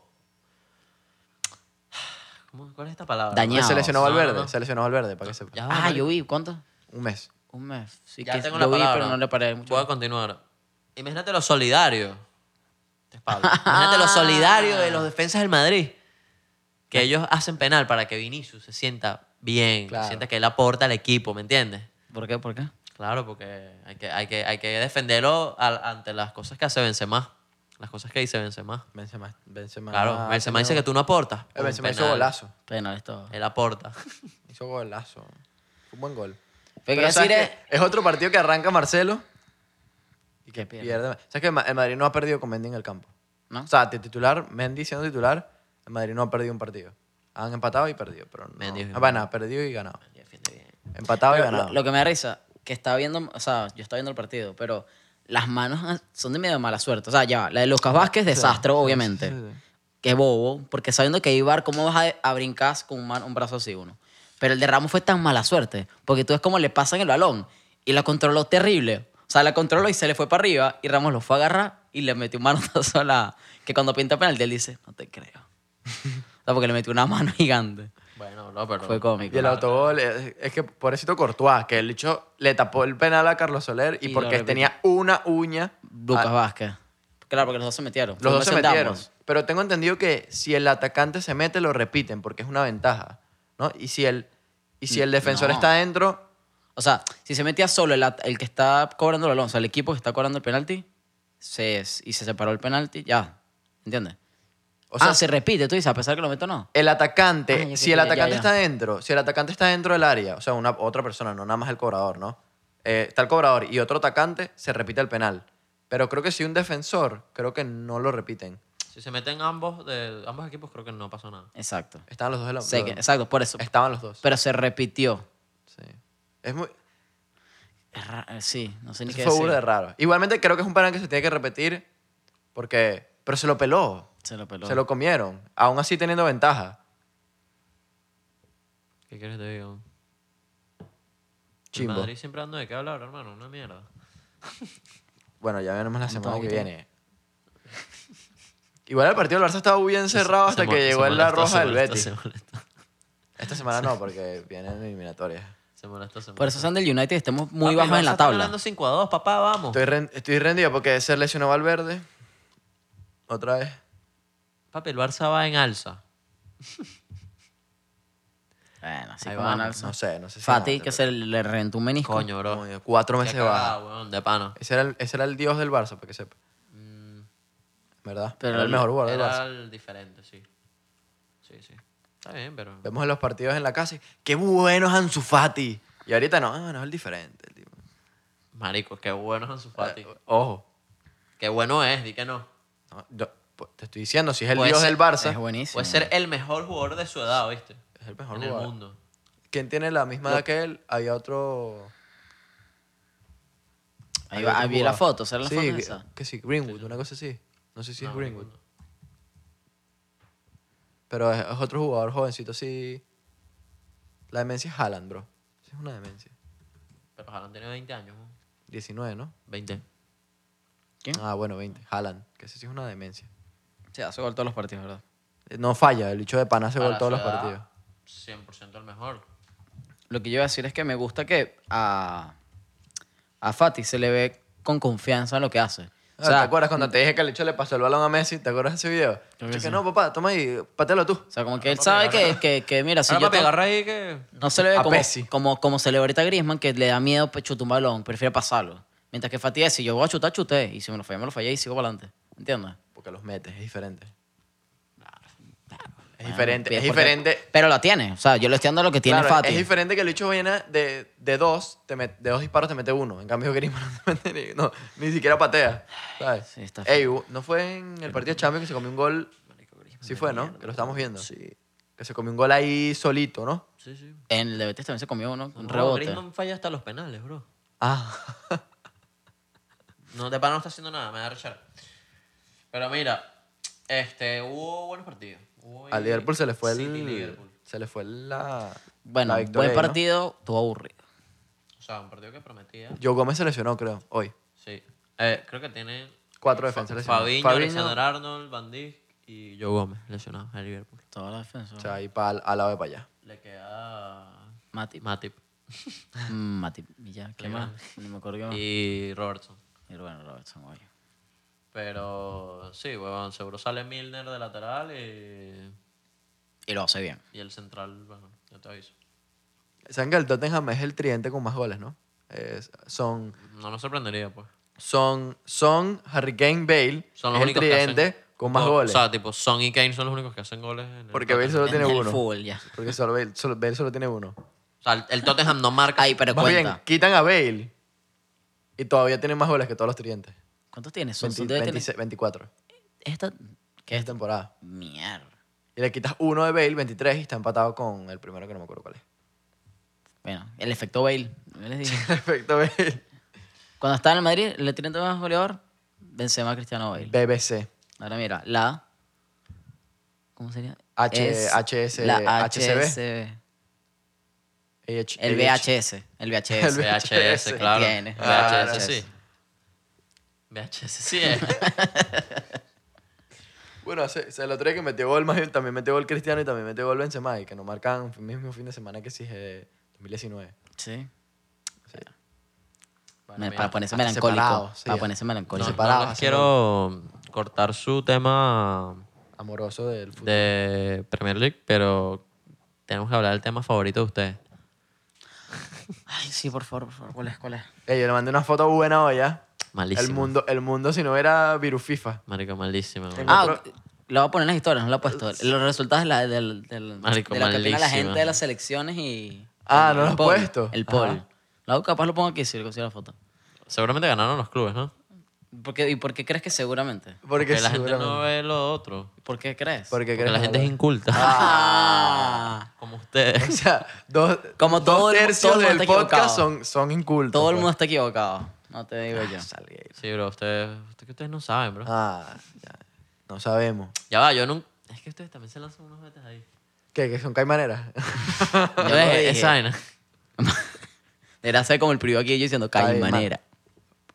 A: ¿Cómo- ¿Cuál es esta palabra?
C: Dañado.
B: Se lesionó
A: No,
B: Valverde,
A: no, no.
B: se lesionó Valverde, para que sepa.
A: Ya va,
C: Ah,
A: marico.
C: yo vi, ¿cuánto?
B: Un mes.
C: Un mes. Sí,
A: Ya
C: que
A: tengo la
C: lo vi,
A: palabra.
C: pero no le paré mucho.
A: Voy a continuar. Imagínate lo solidario. Este es Pablo. Imagínate lo solidario de los defensas del Madrid. Que ellos hacen penal para que Vinicius se sienta bien,
B: Claro.
A: se sienta que él aporta al equipo, ¿me entiendes?
C: ¿Por qué? ¿Por qué?
A: Claro, porque hay que, hay que, hay que defenderlo al- ante las cosas que hace Benzema. Las cosas que dice Benzema.
B: Benzema, Benzema.
A: Claro, Benzema dice que tú no aportas.
B: Eh, Benzema
A: Un
B: hizo
A: penal.
B: golazo.
C: Penal esto.
A: Él aporta.
B: Hizo golazo. Fue un buen gol.
C: Pero
B: Pero
C: decir
B: ¿sabes
C: es,
B: qué? es otro partido que arranca Marcelo Y que
C: Pierde.
B: pierde. ¿Sabes que el Ma- el Madrid no ha perdido con Mendy en el campo?
C: ¿No?
B: O sea, de titular, Mendy siendo titular, el Madrid no ha perdido un partido. Han empatado y perdido, pero no.
A: Mendy es
B: Ah, bueno, perdido y ganado.
A: Y defiende bien.
B: Empatado y
C: Pero
B: ganado.
C: Lo, lo que me da risa, que estaba viendo, o sea, yo estaba viendo el partido, pero las manos han- son de medio mala suerte. O sea, ya, va, la de Lucas Vázquez, desastre, obviamente.
B: sí, sí.
C: Qué bobo, porque sabiendo que Ibar, ¿cómo vas a, a brincar con un, man- un brazo así uno? Pero el de Ramos fue tan mala suerte, porque tú ves cómo le pasan el balón y la controló terrible. O sea, la controló y se le fue para arriba y Ramos lo fue a agarrar y le metió un manotazo a la... Que cuando pinta penalti él dice, no te creo. o sea, porque le metió una mano gigante.
A: Bueno, no, pero.
C: Fue cómico.
B: Y el autogol, eh, es, es que pobrecito Courtois, que el hecho le tapó el penal a Carlos Soler y,
C: Y lo
B: porque
C: repite.
B: tenía una uña.
C: Lucas
B: ah,
C: Vázquez. Claro, porque los dos se metieron.
B: los dos se
C: Entonces,
B: metieron.
C: damos.
B: Pero tengo entendido que si el atacante se mete, lo repiten porque es una ventaja. ¿no? Y si el, y si el defensor
C: Mm, no.
B: está adentro,
C: O sea, si se metía solo el, at- el que está cobrando el balón, o sea, el equipo que está cobrando el penalti, se, y se separó el penalti, ya. ¿Entiendes?
B: o sea,
C: ah, se repite, tú dices, a pesar que lo meto, no.
B: el
C: Ah,
B: atacante,
C: yo
B: si
C: creo
B: el
C: que ya,
B: atacante
C: ya.
B: está dentro, si el atacante está dentro del área, o sea, una, otra persona, no nada más el cobrador, ¿no? Eh, está el cobrador y otro atacante, se repite el penal. Pero creo que si un defensor, creo que no lo repiten.
A: Si se meten ambos, de ambos equipos, creo que no pasó nada.
C: Exacto.
B: Estaban los dos de la
C: Sé que-
B: los-
C: exacto, por eso.
B: Estaban los dos.
C: Pero se repitió.
B: Sí. Es muy.
C: Es ra- eh, Sí, no sé ni
B: Eso
C: qué
B: fue burda de
C: decir.
B: raro. Igualmente creo que es un penal que se tiene que repetir porque. Pero se lo peló.
C: Se lo peló.
B: Se lo comieron. Aún así teniendo ventaja.
A: ¿Qué quieres que te digo?
B: Chimbo.
A: El Madrid siempre dando de qué hablar, hermano. Una mierda.
B: Bueno, ya veremos la semana que
C: poquito.
B: viene. Igual el partido del Barça estaba bien cerrado hasta
A: Se
B: que
A: mo-
B: llegó
A: se
B: en la
A: molestó, se
B: roja del
A: molestó,
B: Betis.
A: Se molestó,
B: Esta semana no, porque vienen eliminatorias.
A: se molestó, se
C: Por
A: molestó.
C: eso son del United, estemos
A: Papi,
C: muy bajos
A: el
C: en
A: Barça
C: la
A: está
C: tabla.
A: ganando 5 a 2, papá, vamos.
B: Estoy, ren- estoy rendido porque se lesionó Valverde. Otra vez.
A: Papi, el Barça va en alza.
C: Bueno, así
A: Ahí
C: como
A: vamos,
C: Analso.
B: No sé, no sé si.
C: Fati,
B: no,
C: que se le reventó un menisco.
A: Coño,
B: pero-
A: bro.
B: Coño, Cuatro
A: Qué
B: meses
A: cagada,
B: baja.
A: weón, de pana.
B: Ese era, el, ese era el dios del Barça, para que sepa. ¿Verdad?
C: Mm. Pero
B: Pero era el
C: el-
B: mejor jugador del Barça.
A: Era el diferente, sí. Sí, sí. Está bien, pero...
B: Vemos en los partidos en la casa y, ¡qué bueno es Ansu Fati! Y ahorita no, ah, no es el diferente. el tipo.
A: Marico, qué bueno es Ansu Fati.
B: Ojo,
A: Qué bueno es, di que no.
B: no, yo- po- te estoy diciendo, si es el
A: Puede
B: dios
A: ser-
B: del Barça,
C: Es buenísimo.
A: Puede ser el mejor jugador de su edad, ¿viste?
B: es el mejor
A: en el
B: jugador.
A: mundo.
B: ¿Quién tiene la misma edad que él? Había otro...
C: Ahí
B: había
C: va,
B: otro
C: ahí vi la
B: jugador.
C: foto, ¿será la
B: sí,
C: foto
B: que-
C: esa?
B: que sí, Greenwood, una cosa así. No sé si es Greenwood. Pero es, es otro jugador jovencito así. La demencia es Haaland, bro. Sí, es una demencia.
A: Pero Haaland tiene 20 años, ¿no?
B: 19, ¿no?
A: 20.
C: ¿Quién?
B: Ah, bueno, 20. Haaland, que ese sí es una demencia.
C: Sí, hace gol todos los partidos, ¿verdad?
B: Eh, No falla, el bicho de pana hace
A: Para
B: gol todos
A: su
B: los
A: edad,
B: partidos.
A: 100% el mejor.
C: Lo que yo iba a decir es que me gusta que a, a Fati se le ve con confianza en lo que hace. O
B: Ah, ¿Te
C: sea,
B: acuerdas cuando te dije que el bicho le pasó el balón a Messi? ¿Te acuerdas de ese video?
C: Creo que
B: Yo que
C: sí.
B: no, papá, toma ahí, patealo tú.
C: o sea, como que él sabe que, que, que, mira, si
A: Ahora,
C: yo
A: papi,
C: tengo-
A: agarra ahí que...
C: no se le ve
B: Ah, a
C: como,
B: Pessi.
C: como, como se le ve ahorita a Griezmann que le da miedo pe- chutar un balón, prefiere pasarlo. Mientras que Fati es, si yo voy a chutar, chuté. Y si me lo fallé, me lo fallé y sigo para adelante. ¿Entiendes?
B: Porque los metes, es diferente. Es
C: Bueno,
B: diferente, es
C: porque-
B: diferente.
C: Pero la tiene. O sea, yo le estoy dando lo que tiene
B: Claro,
C: Fati.
B: Es diferente que el bicho viene de, de dos, te met- de dos disparos te mete uno. En cambio, Griezmann no, te mete ni, no, ni siquiera patea. ¿Sabes?
C: sí, está
B: Ey, hubo- ¿no fue en el partido de Champions que se comió un gol? Sí fue, ¿no? Que lo estamos viendo. Sí. Que se comió un gol ahí solito, ¿no?
A: Sí, sí.
C: En el de Betis también se comió uno, un
A: No,
C: rebote.
A: Griezmann falla hasta los penales, bro.
B: Ah.
A: No, de pana no está haciendo nada, me da rechar. Pero mira, este, hubo buenos partidos. Hubo
B: Al Liverpool se le fue
A: City,
B: el...
A: Liverpool.
B: Se le fue la...
C: bueno,
B: la victoria
C: buen
B: ahí, ¿no?
C: partido, estuvo aburrido.
A: O sea, un partido que prometía.
B: Joe Gómez se lesionó, creo, hoy.
A: Sí. Eh, creo que tiene.
B: Cuatro defensas lesionadas.
A: Fabiño, Alexander Arnold, Van Dijk y Joe Gómez lesionados al Liverpool.
C: Toda la defensa.
B: O sea, ahí para al lado de para allá.
A: Le queda.
C: Mati.
A: Matip.
C: Mm, Mati, y ya, ¿qué más? Ni me
B: Ah.
C: acuerdo qué más.
A: Y Robertson.
C: Y bueno, Robertson, güey.
A: Pero sí, huevón, seguro sale Milner de lateral y.
C: Y lo hace bien.
A: Y el central, bueno, ya te aviso.
B: Saben que el Tottenham es el tridente con más goles, ¿no? Es- son,
A: No nos sorprendería, pues.
B: son, son Harry Kane, Bale.
A: Son los
B: es el
A: únicos que
B: tridente
A: hacen,
B: con más
A: o-
B: goles.
A: O sea, tipo, Son y Kane son los únicos que hacen goles. En el
B: porque Bale
A: Tottenham.
B: solo tiene
C: En el
B: uno.
C: fútbol, ya.
B: Porque solo Bale, solo, Bale solo tiene uno.
A: O sea, el- el Tottenham no marca.
C: Ay, pero
B: Más bien,
C: cuenta.
B: quitan a Bale y todavía tienen más goles que todos los tridentes.
C: ¿Cuántos tienes? Son,
B: 20,
C: son- debe tener-
B: 26, 24.
C: Esta.
B: ¿Qué es temporada?
C: Mierda.
B: Y le quitas uno de Bale, 23, y está empatado con el primero que no me acuerdo cuál es.
C: Bueno, el efecto Bale. Yo les dije.
B: Perfecto, Bale.
C: Cuando estaba en el Madrid, le tienen más goleador. Benzema Cristiano Bale.
B: BBC.
C: Ahora mira, la. ¿Cómo sería?
B: H-
C: Es
B: HS,
C: la
B: HCB.
C: HSB.
B: AH.
C: El VHS. El VHS.
B: El VHS.
A: VHS, claro.
C: Tiene. Ah,
A: VHS,
B: Claro.
A: sí. VHS, sí. eh. es.
B: Bueno, se, se lo trae que metió gol Mario, también metió gol Cristiano y también metió gol Benzema, y que nos marcan el mismo fin de semana que si es eh, 2019.
C: Sí.
A: Bueno,
C: Me-
A: mira,
C: para ponerse
B: hasta
C: melancólico.
B: separado, sí.
C: para ponerse
A: no,
C: melancólico.
A: no
B: separados,
A: les
B: así
A: quiero cortar su tema
B: Amoroso del fútbol.
A: de Premier League, pero tenemos que hablar del tema favorito de ustedes.
C: Ay, sí, por favor, por favor. ¿Cuál es? ¿Cuál es?
B: Ey, yo le mandé una foto buena hoy, ¿ya?
A: Malísimo.
B: El mundo, el mundo si no era virus FIFA.
A: Marico, malísimo. güey.
B: Ah,
C: Ah,
B: otro-
C: la voy a poner en las historias, no la he puesto. Los resultados de la, del- del-
A: Marico,
C: de la que opina la
A: malísima.
C: gente de las selecciones y.
B: Ah,
C: el-
B: ¿no lo
C: el
B: has
C: poll,
B: puesto?
C: El poll.
B: Ajá.
C: La capaz lo pongo aquí si le consigo la foto.
A: Seguramente ganaron los clubes, ¿no?
C: ¿Por qué- ¿Y por qué crees que seguramente?
B: Porque,
A: Porque la gente
B: seguramente-
A: no ve lo otro.
C: ¿Por qué crees?
B: Porque
A: Porque la gente es inculta.
C: Ah.
A: Como ustedes.
B: O sea, dos,
C: Como
B: dos
C: todo el-
B: tercios
C: todo el mundo
B: del
C: está
B: podcast
C: equivocado.
B: son, son incultos.
C: Todo el
B: pues.
C: mundo está equivocado. No te digo yo.
B: Salga ahí.
A: Sí, bro, ustedes, ustedes, que ustedes no saben, bro.
B: Ah, ya. No sabemos.
A: Ya va, yo nunca... Es que ustedes también se lanzan unos vetes ahí.
B: ¿Qué? ¿Que son caimaneras?
C: Yo
A: Yo
C: lo
A: dejé
C: dije.
A: esa vaina.
C: Debería ser como el privado aquí yo diciendo,
B: Ay,
C: cae manera.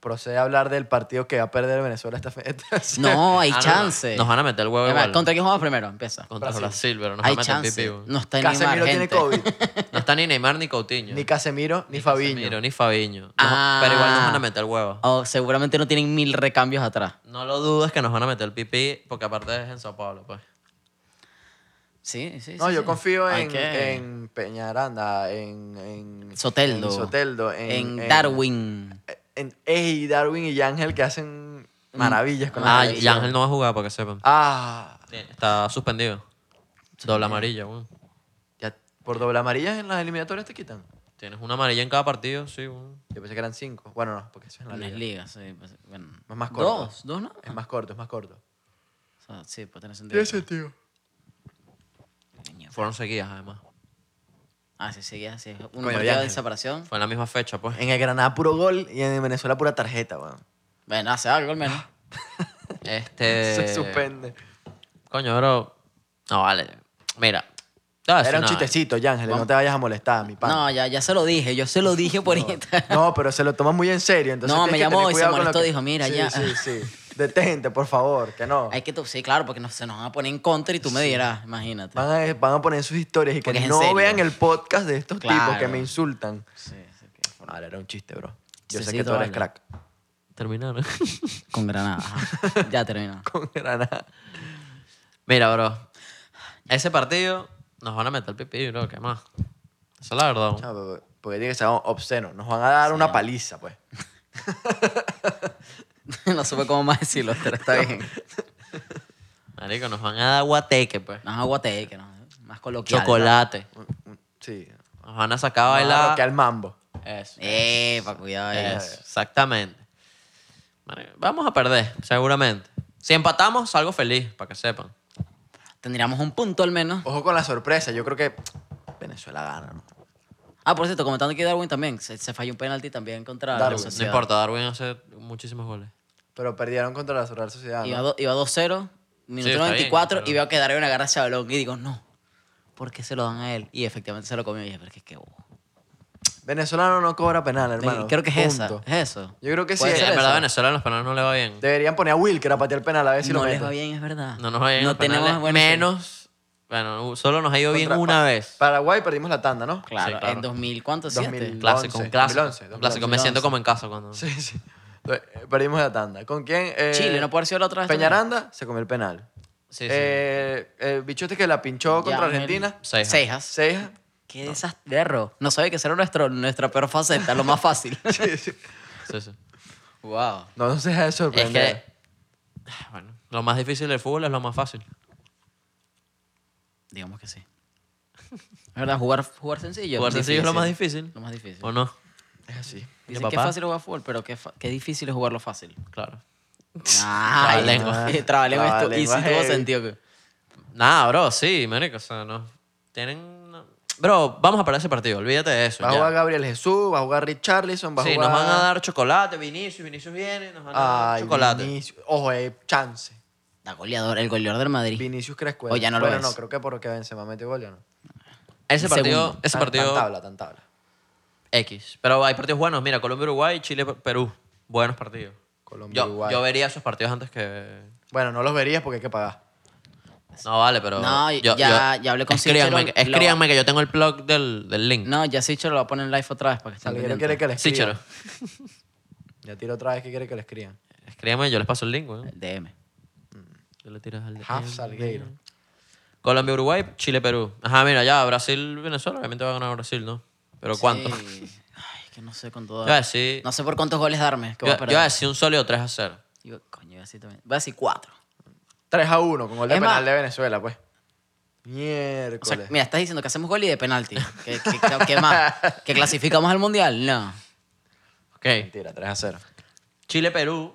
B: Procede a hablar del partido que va a perder Venezuela esta fe- esta semana.
C: No, hay
A: Ah, no, no.
C: chance.
A: Nos van a meter el huevo
C: Además,
A: igual.
C: ¿Contra quién jugamos primero? Empieza.
A: Contra
B: Brasil.
A: Brasil, pero nos
C: hay
A: van a meter
C: chance.
A: pipí, güey.
C: No está en Neymar,
B: Casemiro tiene
C: gente.
B: COVID.
A: No está ni Neymar ni Coutinho.
B: Ni Casemiro, ni, Fabiño.
A: Casemiro, ni Fabiño. Nos-
C: Ah.
A: Pero igual nos van a meter el huevo.
C: O seguramente no tienen mil recambios atrás.
A: No lo dudes que nos van a meter el pipí, porque aparte es en Sao Paulo, pues.
C: Sí, sí.
B: No,
C: sí,
B: yo
C: sí.
B: confío
C: Hay
B: en,
C: que-
B: en Peñaranda, en, en...
C: Soteldo.
B: En Soteldo. En,
C: en, Darwin.
B: En, ey, Darwin y Ángel que hacen maravillas con la
A: Ah, y
B: selección.
A: Ángel no va a jugar, para que sepan.
B: Ah,
A: Está suspendido. Doble amarilla, güey.
B: ya, por doble amarilla en las eliminatorias te quitan.
A: Tienes una amarilla en cada partido, sí, güey.
B: Yo pensé que eran cinco. Bueno, no, porque eso es en la
C: En las
B: liga.
C: ligas, sí. pues, bueno.
B: Es más corto.
C: Dos, dos, ¿no?
B: Es más corto, es más corto.
C: O sea, sí, puede tener sentido.
B: sentido.
A: Fueron seguidas, además.
C: Ah, sí, sí, ya, sí. Un
B: Coño,
C: partido
B: ya.
C: de separación.
A: Fue en la misma fecha, pues.
B: En el Granada puro gol y en Venezuela pura tarjeta, weón.
C: Bueno, hace algo al menos.
A: Este.
B: Se suspende.
A: Coño, bro. No, vale. Mira. te voy a decir eh.
B: Era un
A: una vaina.
B: chistecito, Ángel, no te vayas a molestar, mi pana.
C: No, ya, ya se lo dije. Yo se lo dije por Instagram.
B: No, pero se lo toma muy en serio. Entonces
C: No,
B: tienes
C: me
B: que
C: llamó
B: tener
C: y se
B: cuidado con lo
C: molestó,
B: que-
C: dijo, mira,
B: Sí,
C: ya.
B: Sí, sí. Detente, por favor, que no.
C: Hay que tu- sí, claro, porque nos, se nos van a poner en contra y tú me dirás, imagínate.
B: Van a, van a poner sus historias y
C: Porque es
B: que
C: en
B: no
C: serio.
B: vean el podcast de estos tipos
C: Claro.
B: que me insultan.
C: Sí, sí, que-
B: Vale, era un chiste, bro. Yo sé
C: Chistecito,
B: que tú eres
C: vale.
B: crack.
A: Terminaron.
C: Con Granada. ajá. Ya terminó.
B: Con Granada.
A: Mira, bro. Ese partido nos van a meter el pipí, bro. ¿Qué más? Esa es la verdad. güey.
B: No, pero- porque tiene que ser obsceno. Nos van a dar una paliza, pues.
C: no supe cómo más decirlo, pero está bien.
A: Marico, nos van a dar guateque, pues.
C: No es aguateque, no. Más coloquial.
A: Chocolate.
B: Sí.
A: Nos van a sacar a
B: Baila. Que
A: bailar.
B: al mambo.
A: Eso.
C: Eh, para cuidado ahí.
A: Eso, Exactamente. Marico, Vamos a perder, seguramente. Si empatamos, salgo feliz, para que sepan.
C: Tendríamos un punto al menos.
B: Ojo con la sorpresa. Yo creo que Venezuela gana, ¿no?
C: Ah, por cierto, comentando que Darwin también. Se, se falló un penalti también contra la
B: Darwin.
A: No
C: Sociedad.
A: importa, Darwin hace muchísimos goles.
B: Pero perdieron contra la Real Sociedad.
C: Iba,
B: ¿no?
C: do- iba 2-0,
A: está
C: minuto
A: bien,
C: 94,
A: pero-
C: y veo que Darwin agarra ese balón y digo, no, ¿por qué se lo dan a él? Y efectivamente se lo comió y dije, pero es que qué bobo.
B: Venezolano no cobra penal, hermano.
C: Creo que es
B: Punto.
C: esa, es eso.
B: Yo creo que sí.
A: Sí,
B: es
A: en
B: esa.
A: verdad, Venezuela en los penales no le va bien.
B: Deberían poner a Wilker a patear el penal a ver si
C: no
B: lo
C: les va
B: meten.
C: bien, es verdad.
A: No nos va bien. en
C: No
A: los
C: tenemos
A: penales,
C: buenos-
A: menos. Bueno, solo nos ha ido bien
B: Contra-
A: una
B: pa-
A: vez.
B: Paraguay perdimos la tanda, ¿no?
C: Claro,
A: Sí, claro.
C: en 2000, ¿cuánto?
B: 2000.
C: ¿Siete?
A: Clásico,
B: 11,
A: un clásico.
B: 2011,
A: un clásico. Me
C: 2011.
A: siento como en casa cuando.
B: Sí, sí. Eh, Perdimos la tanda. ¿Con quién? Eh,
C: Chile, ¿no puede haber sido la otra vez?
B: Peñaranda se comió el penal.
A: Sí, sí.
B: Eh, el bichote que la pinchó contra
C: Ya,
B: Argentina.
C: el-
A: Cejas.
C: Cejas.
B: Ceja.
C: Qué desastre. error. No sabía que esa era nuestro, nuestra peor faceta, lo más fácil.
B: Sí, sí.
A: Sí, sí.
C: wow.
B: No nos deja de
A: Es
B: sorprender.
A: que. Bueno, lo más difícil del fútbol es lo más fácil.
C: Digamos que sí. Es verdad, jugar, jugar sencillo.
A: Jugar sencillo es lo más difícil.
C: Lo más difícil.
A: ¿O no?
B: Es así.
A: Mi
C: Dicen que es
A: papá-
C: fácil jugar fútbol, pero que, fa- que difícil es jugarlo fácil.
A: Claro.
C: Ah,
A: Trabalengua.
C: Trabalengua esto. Y sí
B: Trabalengua
C: tuvo
B: heavy.
C: sentido que.
A: Nada, bro, sí, marico, o sea, no. Tienen... Bro, vamos a parar ese partido, olvídate de eso.
B: Va a
A: ya.
B: jugar Gabriel Jesús, va a jugar Richarlison, va a
A: Sí,
B: jugar...
A: nos van a dar chocolate, Vinicius, Vinicius viene, nos van a dar
B: Ay,
A: chocolate.
B: Vinicius. Ojo, eh, chance.
C: La goleador, el goleador del Madrid.
B: Vinicius Crespo.
C: O ya no lo
B: bueno,
C: es.
B: no, creo que porque Benzema metió gol, ya no.
A: Ese
C: El
A: partido,
C: segundo.
A: ese
B: Tan-
A: partido
B: Tan tabla, tan tabla.
A: X. Pero hay partidos buenos, mira, Colombia-Uruguay, Chile-Perú. Buenos partidos.
B: Colombia,
A: Yo,
B: Uruguay.
A: yo vería esos partidos antes que...
B: Bueno, no los verías porque hay que pagar.
A: No, vale, pero...
C: No, ya- ya hablé con
A: escríbanme,
C: Sichero,
A: que-
C: lo-
A: escríbanme que yo tengo el blog del, del link.
C: No, ya Sichero lo va a poner en live otra vez para que estén
B: Alguien quiere
C: pendientes.
B: que le
A: sí,
B: escriban.
A: chero.
B: Ya tiro otra vez que quiere que le escriban.
A: Escríbanme, yo les paso el link, weón.
C: El DM.
A: Yo le tiras al
B: Half Salgueiro.
A: Colombia, Uruguay, Chile, Perú. Ajá, mira, ya, Brasil, Venezuela, obviamente va a ganar Brasil, ¿no? Pero ¿cuánto?
C: Sí. Ay, que no sé cuánto
A: Yo
C: dar.
A: voy a decir,
C: No sé por cuántos goles darme.
A: yo,
C: Que voy a
A: yo
C: perder.
A: voy a decir un sólido 3 a 0.
C: Digo, coño, yo así también. Voy a decir cuatro.
B: 3 a 1 con gol de
C: Es más-
B: penal de Venezuela, pues.
C: O sea,
B: Miércoles.
C: mira, estás diciendo que hacemos gol y de penalti. ¿Qué, qué- qué- qué más? ¿Que clasificamos al mundial? No.
A: Ok.
B: Mentira, 3 a 0.
A: Chile, Perú.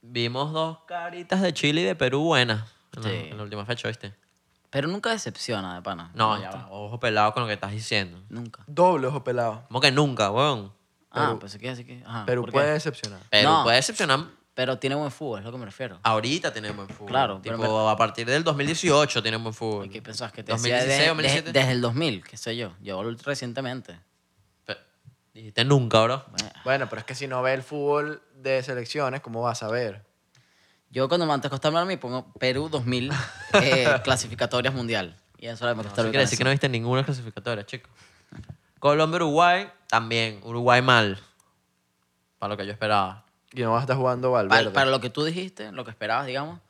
A: Vimos dos caritas de Chile y de Perú buenas en, la,
C: Sí.
A: en la última fecha, ¿viste?
C: Pero nunca decepciona de pana.
A: No, ya va, ojo pelado con lo que estás diciendo.
C: Nunca.
B: Doble ojo pelado.
A: Como que nunca, weón.
C: Ah,
B: Perú-
C: pues que así que. Ajá.
B: Perú
C: ¿por qué?
B: puede decepcionar.
A: Perú
C: No.
A: puede decepcionar.
C: Pero tiene buen fútbol, es lo que me refiero.
A: Ahorita tiene buen fútbol.
C: Claro, pero
A: Tipo, a partir del 2018 tiene buen fútbol.
C: ¿Qué pensás? Que te
A: 2016,
C: decía desde-
A: 2017.
C: desde, desde el 2000, qué sé yo. Yo lo- recientemente.
A: Pe- Dijiste nunca, bro.
C: Bueno,
B: Bueno, pero es que si no ve el fútbol de selecciones, ¿cómo vas a ver?
C: yo cuando me antes acostarme a mí pongo Perú 2000 eh, clasificatorias mundial. Y eso era lo que
A: Eso
C: me acostaba
A: quiere decir que no viste ninguna clasificatoria, chico. Colombia, Uruguay, también. Uruguay mal. Para lo que yo esperaba.
B: Y no vas a estar jugando Valverde.
C: para, para lo que tú dijiste, lo que esperabas, digamos.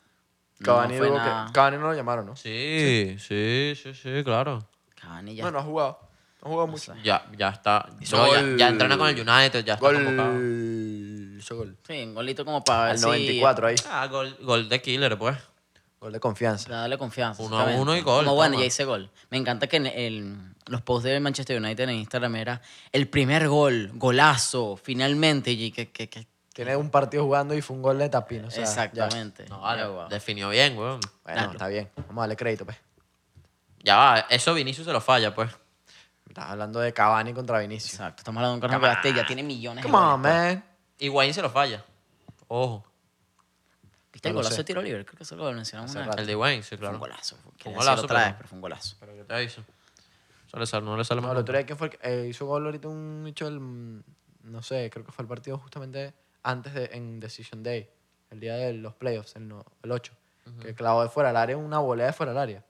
C: no
B: Cavani,
C: fue
B: digo que-
C: nada.
B: Cavani no lo llamaron, ¿no?
A: Sí, sí, sí, sí, claro.
C: Cavani ya
B: No, no ha jugado. No ha jugado mucho.
A: Ya, ya está.
B: Hizo
A: No, ya,
B: gol.
A: ya entrena con el United, ya está convocado.
B: Gol. Hizo gol.
C: Sí, un golito como para ver
B: Al
C: si-
B: 94 ahí.
A: Ah, gol, gol de killer, pues.
B: Gol de confianza.
C: para darle confianza.
A: Uno a uno y
C: exactamente.
A: gol,
C: Como bueno,
A: toma.
C: ya hice gol. Me encanta que en el- los posts de Manchester United en Instagram era el primer gol, golazo, finalmente. Y que, que, que-
B: Tiene un partido jugando y fue un gol de tapino. O sea,
C: exactamente.
A: No, vale,
C: Ya, guau.
A: definió bien, weón.
B: ya. Bueno, está bien. Vamos a darle crédito, pues.
A: Ya va, eso Vinicius se lo falla, pues.
B: Estás hablando de Cavani contra Vinicius.
C: Exacto. Estamos hablando de un carro que ya tiene millones de
B: Come on,
C: goles.
B: man.
A: Y Higuaín se lo falla. Ojo.
C: ¿Viste el
B: No lo
C: golazo
B: sé.
C: de tiro libre? Creo que eso lo mencionamos una vez.
A: El de Higuaín, sí,
C: Fue un
A: claro.
C: golazo. Fue un
A: golazo,
C: golazo otra
A: pero-
C: vez, pero fue un golazo.
A: Pero yo te aviso. Eso le sale- no le sale
B: No,
A: mal.
B: el otro día, ¿quién fue el que eh, hizo gol ahorita un hecho el, no sé, creo que fue el partido justamente antes de en Decision Day, el día de los playoffs, el, no- el 8, que clavó de fuera del área una volea de fuera del área.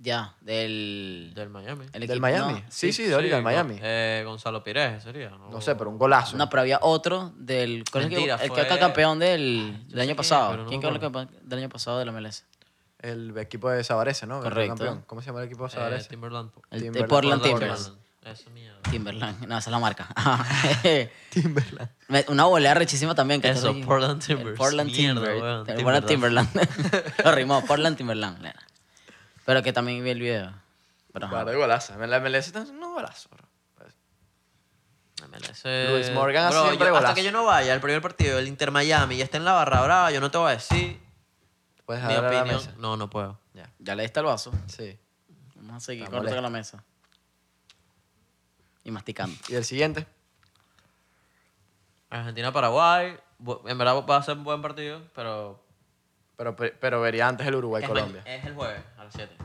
C: Ya, del...
A: Del Miami.
C: el
B: ¿Del
C: equipo-
B: Miami?
C: no.
B: sí, sí, de ahorita, del
A: Go-
B: Miami.
A: eh, Gonzalo Pires sería. Eh,
B: no sé, pero un golazo.
C: No, pero había otro del. ¿Cuál es el que-
A: Mentira,
C: el que
A: fue-
C: fue campeón del, del
A: sé
C: año
A: quién,
C: pasado?
A: pero no
C: ¿Quién
A: me
C: quedó campeón del año pasado de la MLS?
B: El equipo de Sabarese, ¿no? Que fue
C: Correcto.
B: campeón. ¿Cómo se llama el equipo de
A: Eh,
B: Sabarese?
A: Timberland. po.
C: El de
B: Timberland.
C: Portland
A: Timberland.
C: Timbers.
A: Eso mierda.
C: Timberland. No, esa es la marca. Timberland. Una volea rechísima también. Que
A: Eso,
C: está-
A: Portland
C: el
A: Timbers.
C: Portland
A: Mierda,
C: Timber-
A: weón,
C: el Portland Timberland. Lo rimó, Portland Timberland. nena. Pero que también vi el video. Pero, ajá.
B: Par de golazos. En la MLS están haciendo unos golazos, bro.
A: MLS.
B: Luis Morgan hace
A: Bro,
B: siempre
A: yo- Hasta
B: golazo.
A: que yo no vaya al primer partido del Inter Miami y esté en la barra brava, yo no te voy a decir
B: Puedes
A: mi
B: dejar la mesa.
A: opinión. No, no puedo.
B: Ya,
C: Ya le diste el vaso.
B: sí.
C: Vamos a seguir
B: Está
C: con
B: molesto.
C: con la mesa. Y masticando.
B: ¿Y el siguiente?
A: Argentina-Paraguay. bu- En verdad va a ser un buen partido, pero.
B: Pero, pero vería antes el
A: es eh,
B: Uruguay-Colombia.
A: ma- Es el jueves a las 7.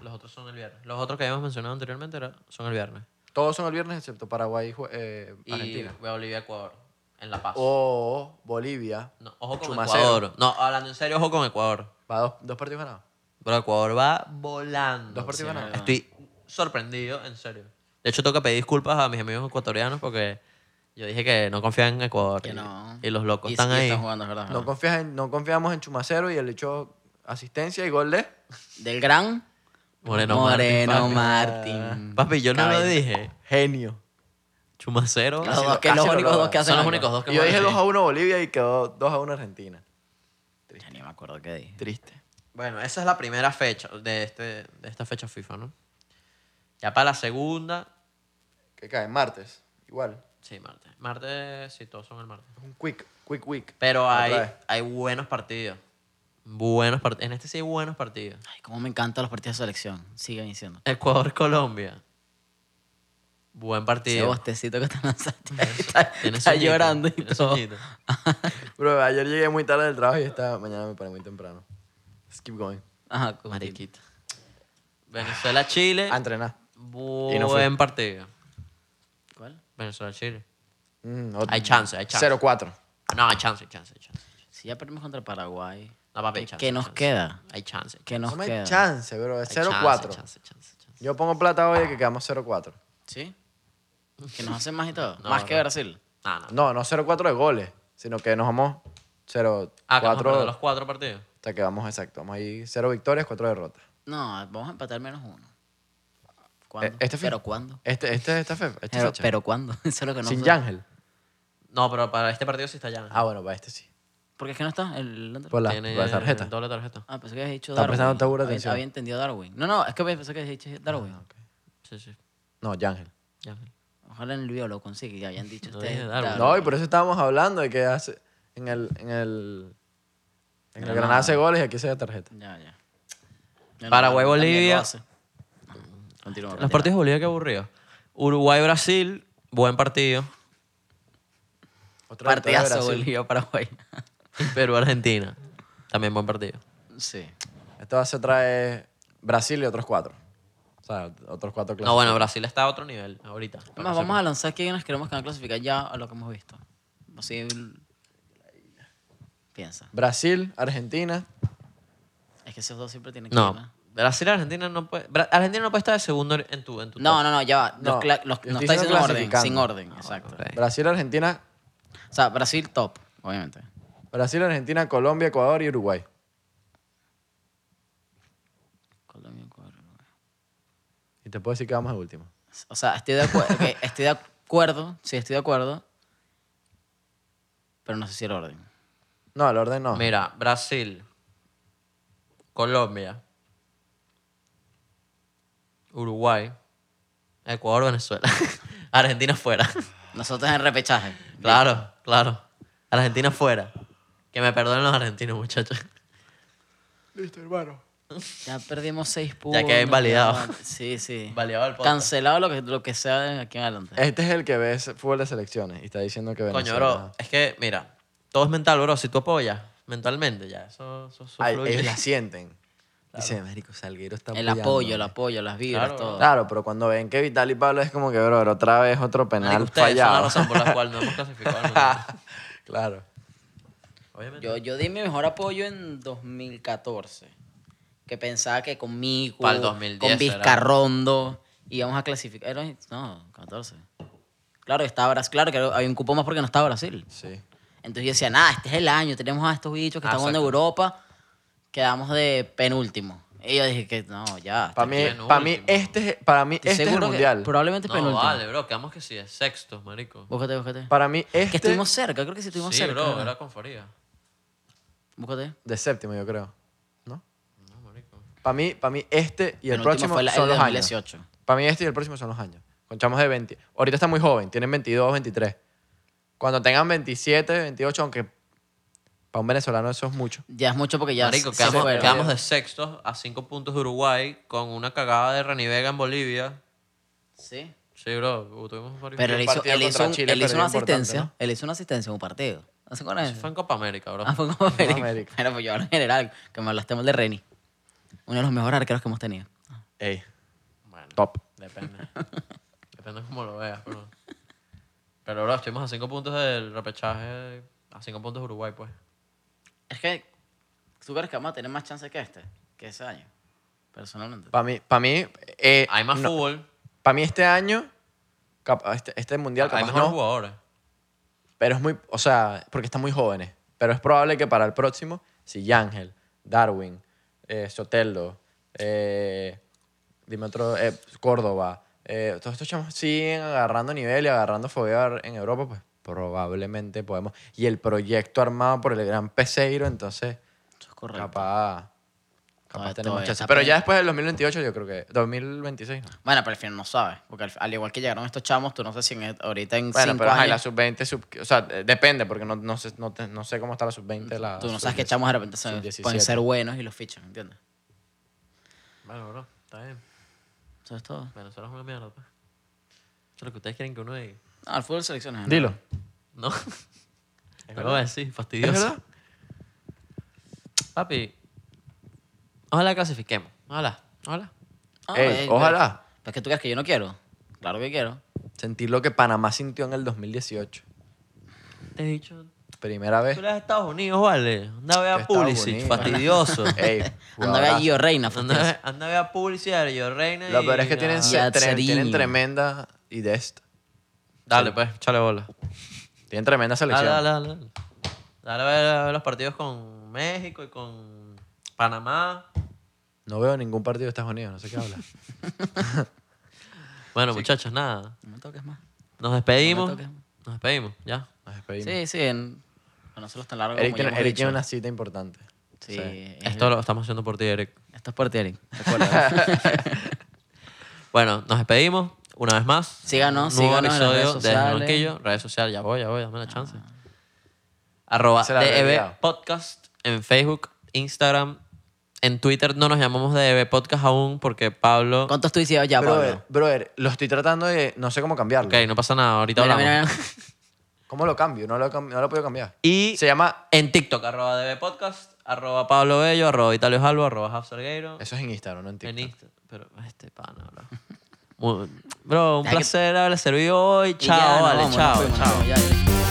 A: Los otros son el viernes. Los otros que habíamos mencionado anteriormente era- son el viernes.
B: Todos son el viernes excepto Paraguay y jue- eh,
A: Y
B: Argentina.
A: Bolivia-Ecuador. En La Paz.
B: O Bolivia.
A: No, ojo con
B: Chumacero.
A: Ecuador. No, hablando en serio, ojo con Ecuador.
B: Va dos, dos partidos ganados.
A: Pero Ecuador va volando.
B: Dos partidos
A: Sí,
B: ganados.
A: Estoy sorprendido, en serio. De hecho, tengo que pedir disculpas a mis amigos ecuatorianos porque yo dije que no confían en Ecuador.
C: Que
A: y,
C: no.
A: y los locos
C: Y-
A: están
C: y
A: ahí.
C: jugando, es ¿verdad?
B: No, confías en- no confiamos en Chumacero y él echó asistencia y gol de.
C: Del gran
A: Moreno,
C: Moreno
A: Martín,
C: Martín.
A: papi. Papi, yo no lo
C: Cabeza.
A: dije.
B: Genio.
A: Chumacero.
C: Los
B: Casi
C: dos
B: lo-
C: que- los
B: casi lo
C: únicos
B: logra.
C: dos que hacen
A: Son los
C: algo.
A: únicos dos que
B: Y yo dije
A: juegan
B: 2
A: así.
B: a 1 Bolivia y quedó 2 a 1 Argentina.
C: Ya ni me acuerdo qué dije.
B: Triste.
A: Bueno, esa es la primera fecha de, este, de esta fecha FIFA, ¿no? Ya para la segunda,
B: Que cae martes. Igual.
A: Sí, martes. Martes, sí, todos son el martes.
B: Es un quick, quick week.
A: Pero
B: Otra
A: hay,
B: vez.
A: hay buenos partidos. Buenos partidos. En este sí hay buenos partidos.
C: Ay, cómo me encantan los partidos de selección. Sigue diciendo.
A: Ecuador-Colombia. Buen
C: Ese
A: partido.
C: bostecito que te lanzaste. Está,
A: Tiene
C: está
A: sueñito,
C: llorando y
A: tiene
C: todo.
A: sueñito.
B: Bro, ayer llegué muy tarde del trabajo y esta mañana me paré muy temprano. Let's keep going.
C: Ajá, como
A: Mariquita. Venezuela-Chile.
B: A entrenar.
A: Buen
B: no fui.
A: partido.
C: ¿Cuál?
A: Venezuela-Chile.
B: Mm, otro.
A: Hay chance, hay chance.
B: 0-4.
A: No, hay chance, hay chance, hay chance.
C: Si ya perdimos contra Paraguay.
A: No, papi, hay
C: ¿qué-
A: chance,
C: ¿Qué
A: hay
C: nos
A: chance.
C: queda?
A: Hay chance. hay
C: ¿Qué nos
B: No me
C: queda?
B: hay chance, bro. Es
A: chance, hay
B: 0-4.
A: chance, hay chance, hay chance.
B: Yo pongo plata hoy de que quedamos 0-4.
C: ¿Sí? ¿Que nos hacen más y todo?
A: No,
C: más que
A: no.
C: Brasil.
A: No, no.
B: No, no 0-4 de goles, sino que nos vamos 0-4.
A: Ah, que vamos a perder los cuatro partidos.
B: Hasta que vamos exacto. Vamos ahí 0 victorias, 4 derrotas.
C: No, vamos a empatar menos uno. ¿Cuándo?
B: Eh, este fin.
C: ¿Pero cuándo?
B: Este, este, esta fe, esta
C: Pero,
B: fecha.
C: pero cuándo? Eso es lo que no
B: Sin
C: sé.
B: Yangel.
A: No, pero para este partido sí está ya.
B: Ah, bueno, para este sí.
C: ¿Por qué es que no está el otro?
B: Por la,
A: Tiene
B: por la tarjeta.
A: Doble tarjeta.
C: Ah, pensé que habías dicho
B: Estaba
C: Darwin.
B: prestando tabura
C: Había-
B: atención.
C: Había entendido Darwin. No, no, es que pensé que habías dicho Darwin.
A: Sí, sí.
B: Ah, No, Yangel.
A: Ya.
C: Ojalá en el video lo consiga, ya habían dicho
A: No
C: ustedes.
A: dije Darwin.
B: No, y por eso estábamos hablando de que hace en el en el en el
C: Granada.
B: Granada hace goles y aquí se da tarjeta.
C: Ya, ya. Ya no,
A: Paraguay,
C: también
A: Bolivia.
C: lo hace. Continúa,
A: Los
C: continúa.
A: partidos de Bolivia, qué aburrido. Uruguay-Brasil, buen partido.
B: Otra victoria de
C: Partidazo
B: Brasil.
C: Bolivia, Paraguay.
A: Y Perú-Argentina, también buen partido.
C: sí.
B: Esto va a ser otra vez Brasil y otros cuatro. O sea, otros cuatro clases.
A: No, bueno, Brasil está a otro nivel ahorita.
C: Además, vamos a lanzar quiénes creemos que van a clasificar ya a lo que hemos visto. Así l- piensa.
B: Brasil, Argentina.
C: Es que esos dos siempre tienen que ir,
A: No, Brasil-Argentina no puede... Bra- Argentina no puede estar de segundo en tu... En tu
C: No, no, no, ya va.
B: No,
C: Los cla- los-
B: estoy
C: nos está diciendo en orden,
B: clasificando.
C: sin orden, exacto.
A: Ah, ok.
B: Brasil, Argentina,
C: O sea, Brasil top, obviamente.
B: Brasil, Argentina, Colombia, Ecuador y Uruguay.
C: Colombia, Ecuador, Uruguay.
B: Y te puedo decir que vamos al último.
C: O sea, estoy de acuerdo. estoy de acuerdo, sí, estoy de acuerdo. Pero no sé si el orden.
B: No, el orden no.
A: Mira, Brasil, Colombia, Uruguay, Ecuador, Venezuela. Argentina fuera.
C: Nosotros en repechaje.
A: Claro, claro. Argentina fuera. Que me perdonen los argentinos, muchachos.
C: Ya perdimos seis puntos.
A: quedé invalidado.
C: ya- Sí, sí.
A: Invalidado el podcast. Eh,
C: Cancelado lo que, lo que sea de aquí en adelante.
B: Este es el que ve ese fútbol de selecciones y está diciendo que
A: Coño,
B: Venezuela.
A: bro, es que, mira, todo es mental, bro. Si tú apoyas mentalmente, ya, eso, eso, eso
B: Ay,
A: fluye.
B: ellos la sienten. Dice, marico, Salguero está
C: el
B: apoyando".
C: apoyo, el apoyo, las vibras,
A: eh. Claro,
C: todo.
B: Claro, pero cuando ven que Vital y Pablo es como que, bro, otra vez otro
A: Marico,
B: penal
A: ustedes son la
B: fallado.
A: razón por la cual no hemos clasificado al Mundial.
B: claro.
A: Obviamente.
C: Yo, yo di mi mejor apoyo en 2014. Que pensaba que conmigo,
A: Pa'l 2010
C: con
A: era.
C: Vizcarrondo, íbamos a clasificar. Era- no, 14. Claro que estaba Brasil. Claro que había un cupo más porque no estaba Brasil.
B: Sí.
C: Entonces yo decía, nada, este es el año, tenemos a estos bichos que
A: Ah,
C: están jugando en
A: exacto.
C: Europa, quedamos de penúltimo. Y yo dije que no, ya.
B: Para mí,
A: bien
B: para mí,
A: último.
B: este, es- para mí,
C: estoy
B: este es el
C: seguro que
B: mundial.
C: Probablemente
A: no,
C: penúltimo.
A: vale, bro, quedamos que sí, es sexto, marico.
C: Búscate, búscate.
B: Para mí,
C: Que
B: este
C: estuvimos cerca, creo que sí estuvimos
A: Sí,
C: cerca.
A: bro,
C: ¿verdad?
A: era con Faría.
C: Búscate.
B: de séptimo, yo creo. ¿No?
A: No, marico.
B: Para mí, para mí, este y el
C: Penúltimo
B: próximo
C: fue la-
B: son
C: el
B: los años.
C: 2018.
B: Para mí, este y el próximo son los años. Con chamos de 20. Ahorita está muy joven, tienen 22, 23. Cuando tengan 27, 28, aunque para un venezolano eso es mucho.
C: Ya es mucho porque ya.
A: Marico,
C: se-
A: quedamos,
C: se fue,
A: quedamos
C: ¿verdad?
A: de sextos a cinco puntos de Uruguay con una cagada de Ranivega en Bolivia.
C: Sí.
A: Sí, bro, tuvimos varios.
C: Pero
B: el
C: él hizo,
B: partido
C: él hizo,
B: contra
C: un-
B: Chile,
C: él hizo
B: pero
C: una
B: era importante,
C: asistencia.
B: ¿no?
C: Él hizo una asistencia en un partido. ¿Hace con
A: Fue
C: eso?
A: en Copa América, bro.
C: Ah, fue como América.
B: América.
C: Bueno, pues yo hablo en general, que me hablaste mal de Reni. Uno de los mejores arqueros que hemos tenido.
B: Ey,
A: Bueno,
B: top.
A: depende. depende cómo lo veas, pero. Pero, bro, estuvimos a cinco puntos del repechaje. A cinco puntos de Uruguay, pues.
C: Es que, ¿tú crees que vamos a tener más chance que este? Que ese año. Personalmente.
B: Para mí, para mí, eh,
A: Hay más fútbol,
B: para mí este año, cap- este, este mundial
A: hay
B: capaz
A: mejores
B: no,
A: jugadores.
B: pero es muy, o sea, porque están muy jóvenes. Pero es probable que para el próximo, si Yangel, Darwin, eh, Soteldo, eh, dime otro, eh, Córdoba, eh, todos estos chamos siguen agarrando nivel y agarrando fogueo en Europa, pues probablemente podemos. Y el proyecto armado por el gran Peseiro, entonces,
C: Eso es correcto.
B: capaz, capaz, Capaz
C: Todavía-
B: tenemos
C: todavía
B: chance.
C: está
B: Pero
C: por-
B: ya después del 2028 yo creo que... 2026, ¿no?
C: Bueno, pero al final no sabes. Porque al, al igual que llegaron estos chamos, tú no sé si en, ahorita en
B: Bueno,
C: cinco
B: pero ajá, y la
C: años...
B: sub-20, sub, o sea, eh, depende, porque no, no, sé, no, te- no sé cómo está la sub-20. la
C: Tú no sabes qué
B: sub-10.
C: chamos de repente se- pueden
B: sub-17.
C: ser buenos y los fichan, ¿entiendes?
A: Bueno, bro, está bien.
C: Eso es todo.
A: Venezuela es una mierda, pues. Eso es lo que ustedes quieren que uno diga.
C: No, Ah, el fútbol selecciones.
B: Dilo.
A: No. No lo voy a decir, fastidioso.
B: ¿Es verdad?
A: Papi, ojalá clasifiquemos. Ojalá, ojalá.
B: Ah, Ey, ojalá.
C: Ah, Pues que tú crees que yo no quiero. Claro que quiero.
B: Sentir lo que Panamá sintió en el 2018.
A: Te he dicho,
B: Primera vez.
A: tú le das a Estados Unidos, vale. Anda a ver a
B: Estados
A: Pulisic,
B: Unidos.
A: fastidioso.
B: Ey,
C: Anda a ver a
B: jugadorazo.
C: Gio Reina. pues.
A: Anda a
C: fastidioso.
A: ver- anda a ver a Pulisic, a Yo Reina
B: Lo
A: y
B: peor es que tienen,
A: nada.
C: se-
B: tre-
C: Yatseriño.
B: tienen tremenda y de esta.
A: Dale, pues, chale bola.
B: Tienen tremenda selección.
A: Dale, dale, dale. Dale, Dale a ver, a ver los partidos con México y con Panamá.
B: No veo ningún partido de Estados Unidos, no sé qué habla.
A: Bueno, muchachos, nada.
C: No me toques más.
A: Nos despedimos.
C: No me toques.
A: Nos despedimos, ya.
B: Nos despedimos.
C: Sí, sí. En... No se los tan largo
B: Eric,
C: como ya
B: tiene,
C: hemos
B: Eric
C: dicho.
B: tiene una cita importante.
C: Sí.
B: Eh,
A: Esto lo estamos haciendo por ti, Eric.
C: Esto es por ti, Eric.
A: Bueno, nos despedimos una vez más.
C: Síganos,
A: Nuevo
C: síganos en las
A: episodio
C: redes
A: de Desde el
C: sociales. Ah.
A: Banquillo. Redes sociales, ya voy, ya voy, dame la chance. Arroba
B: Se la
A: DEB
B: realidad.
A: Podcast en Facebook, Instagram. En Twitter no nos llamamos DEB Podcast aún porque Pablo...
C: ¿Cuántos tweets llevas ya,
B: Brother,
C: Pablo?
B: brother, lo estoy tratando de. No sé cómo cambiarlo.
A: Ok, no pasa nada, ahorita
C: Mira,
A: hablamos.
C: mira, mira.
B: ¿Cómo lo cambio? No lo, he cam- no lo he podido cambiar.
A: Y
B: Se llama.
A: en TikTok, arroba DB Podcast, arroba Pablo Bello, arroba Italio Jalvo, arroba Haf Salgueiro.
B: Eso es en Instagram, no en
A: En
B: TikTok.
A: Insta- Pero este pana, bro. Muy- Bro, un
C: Ya que-
A: placer haberle servido hoy.
C: Y ya,
A: Chao,
C: nos
A: vale,
C: vamos, nos
A: chao,
C: fuimos, nos
A: chao.
C: fuimos, ya, ya.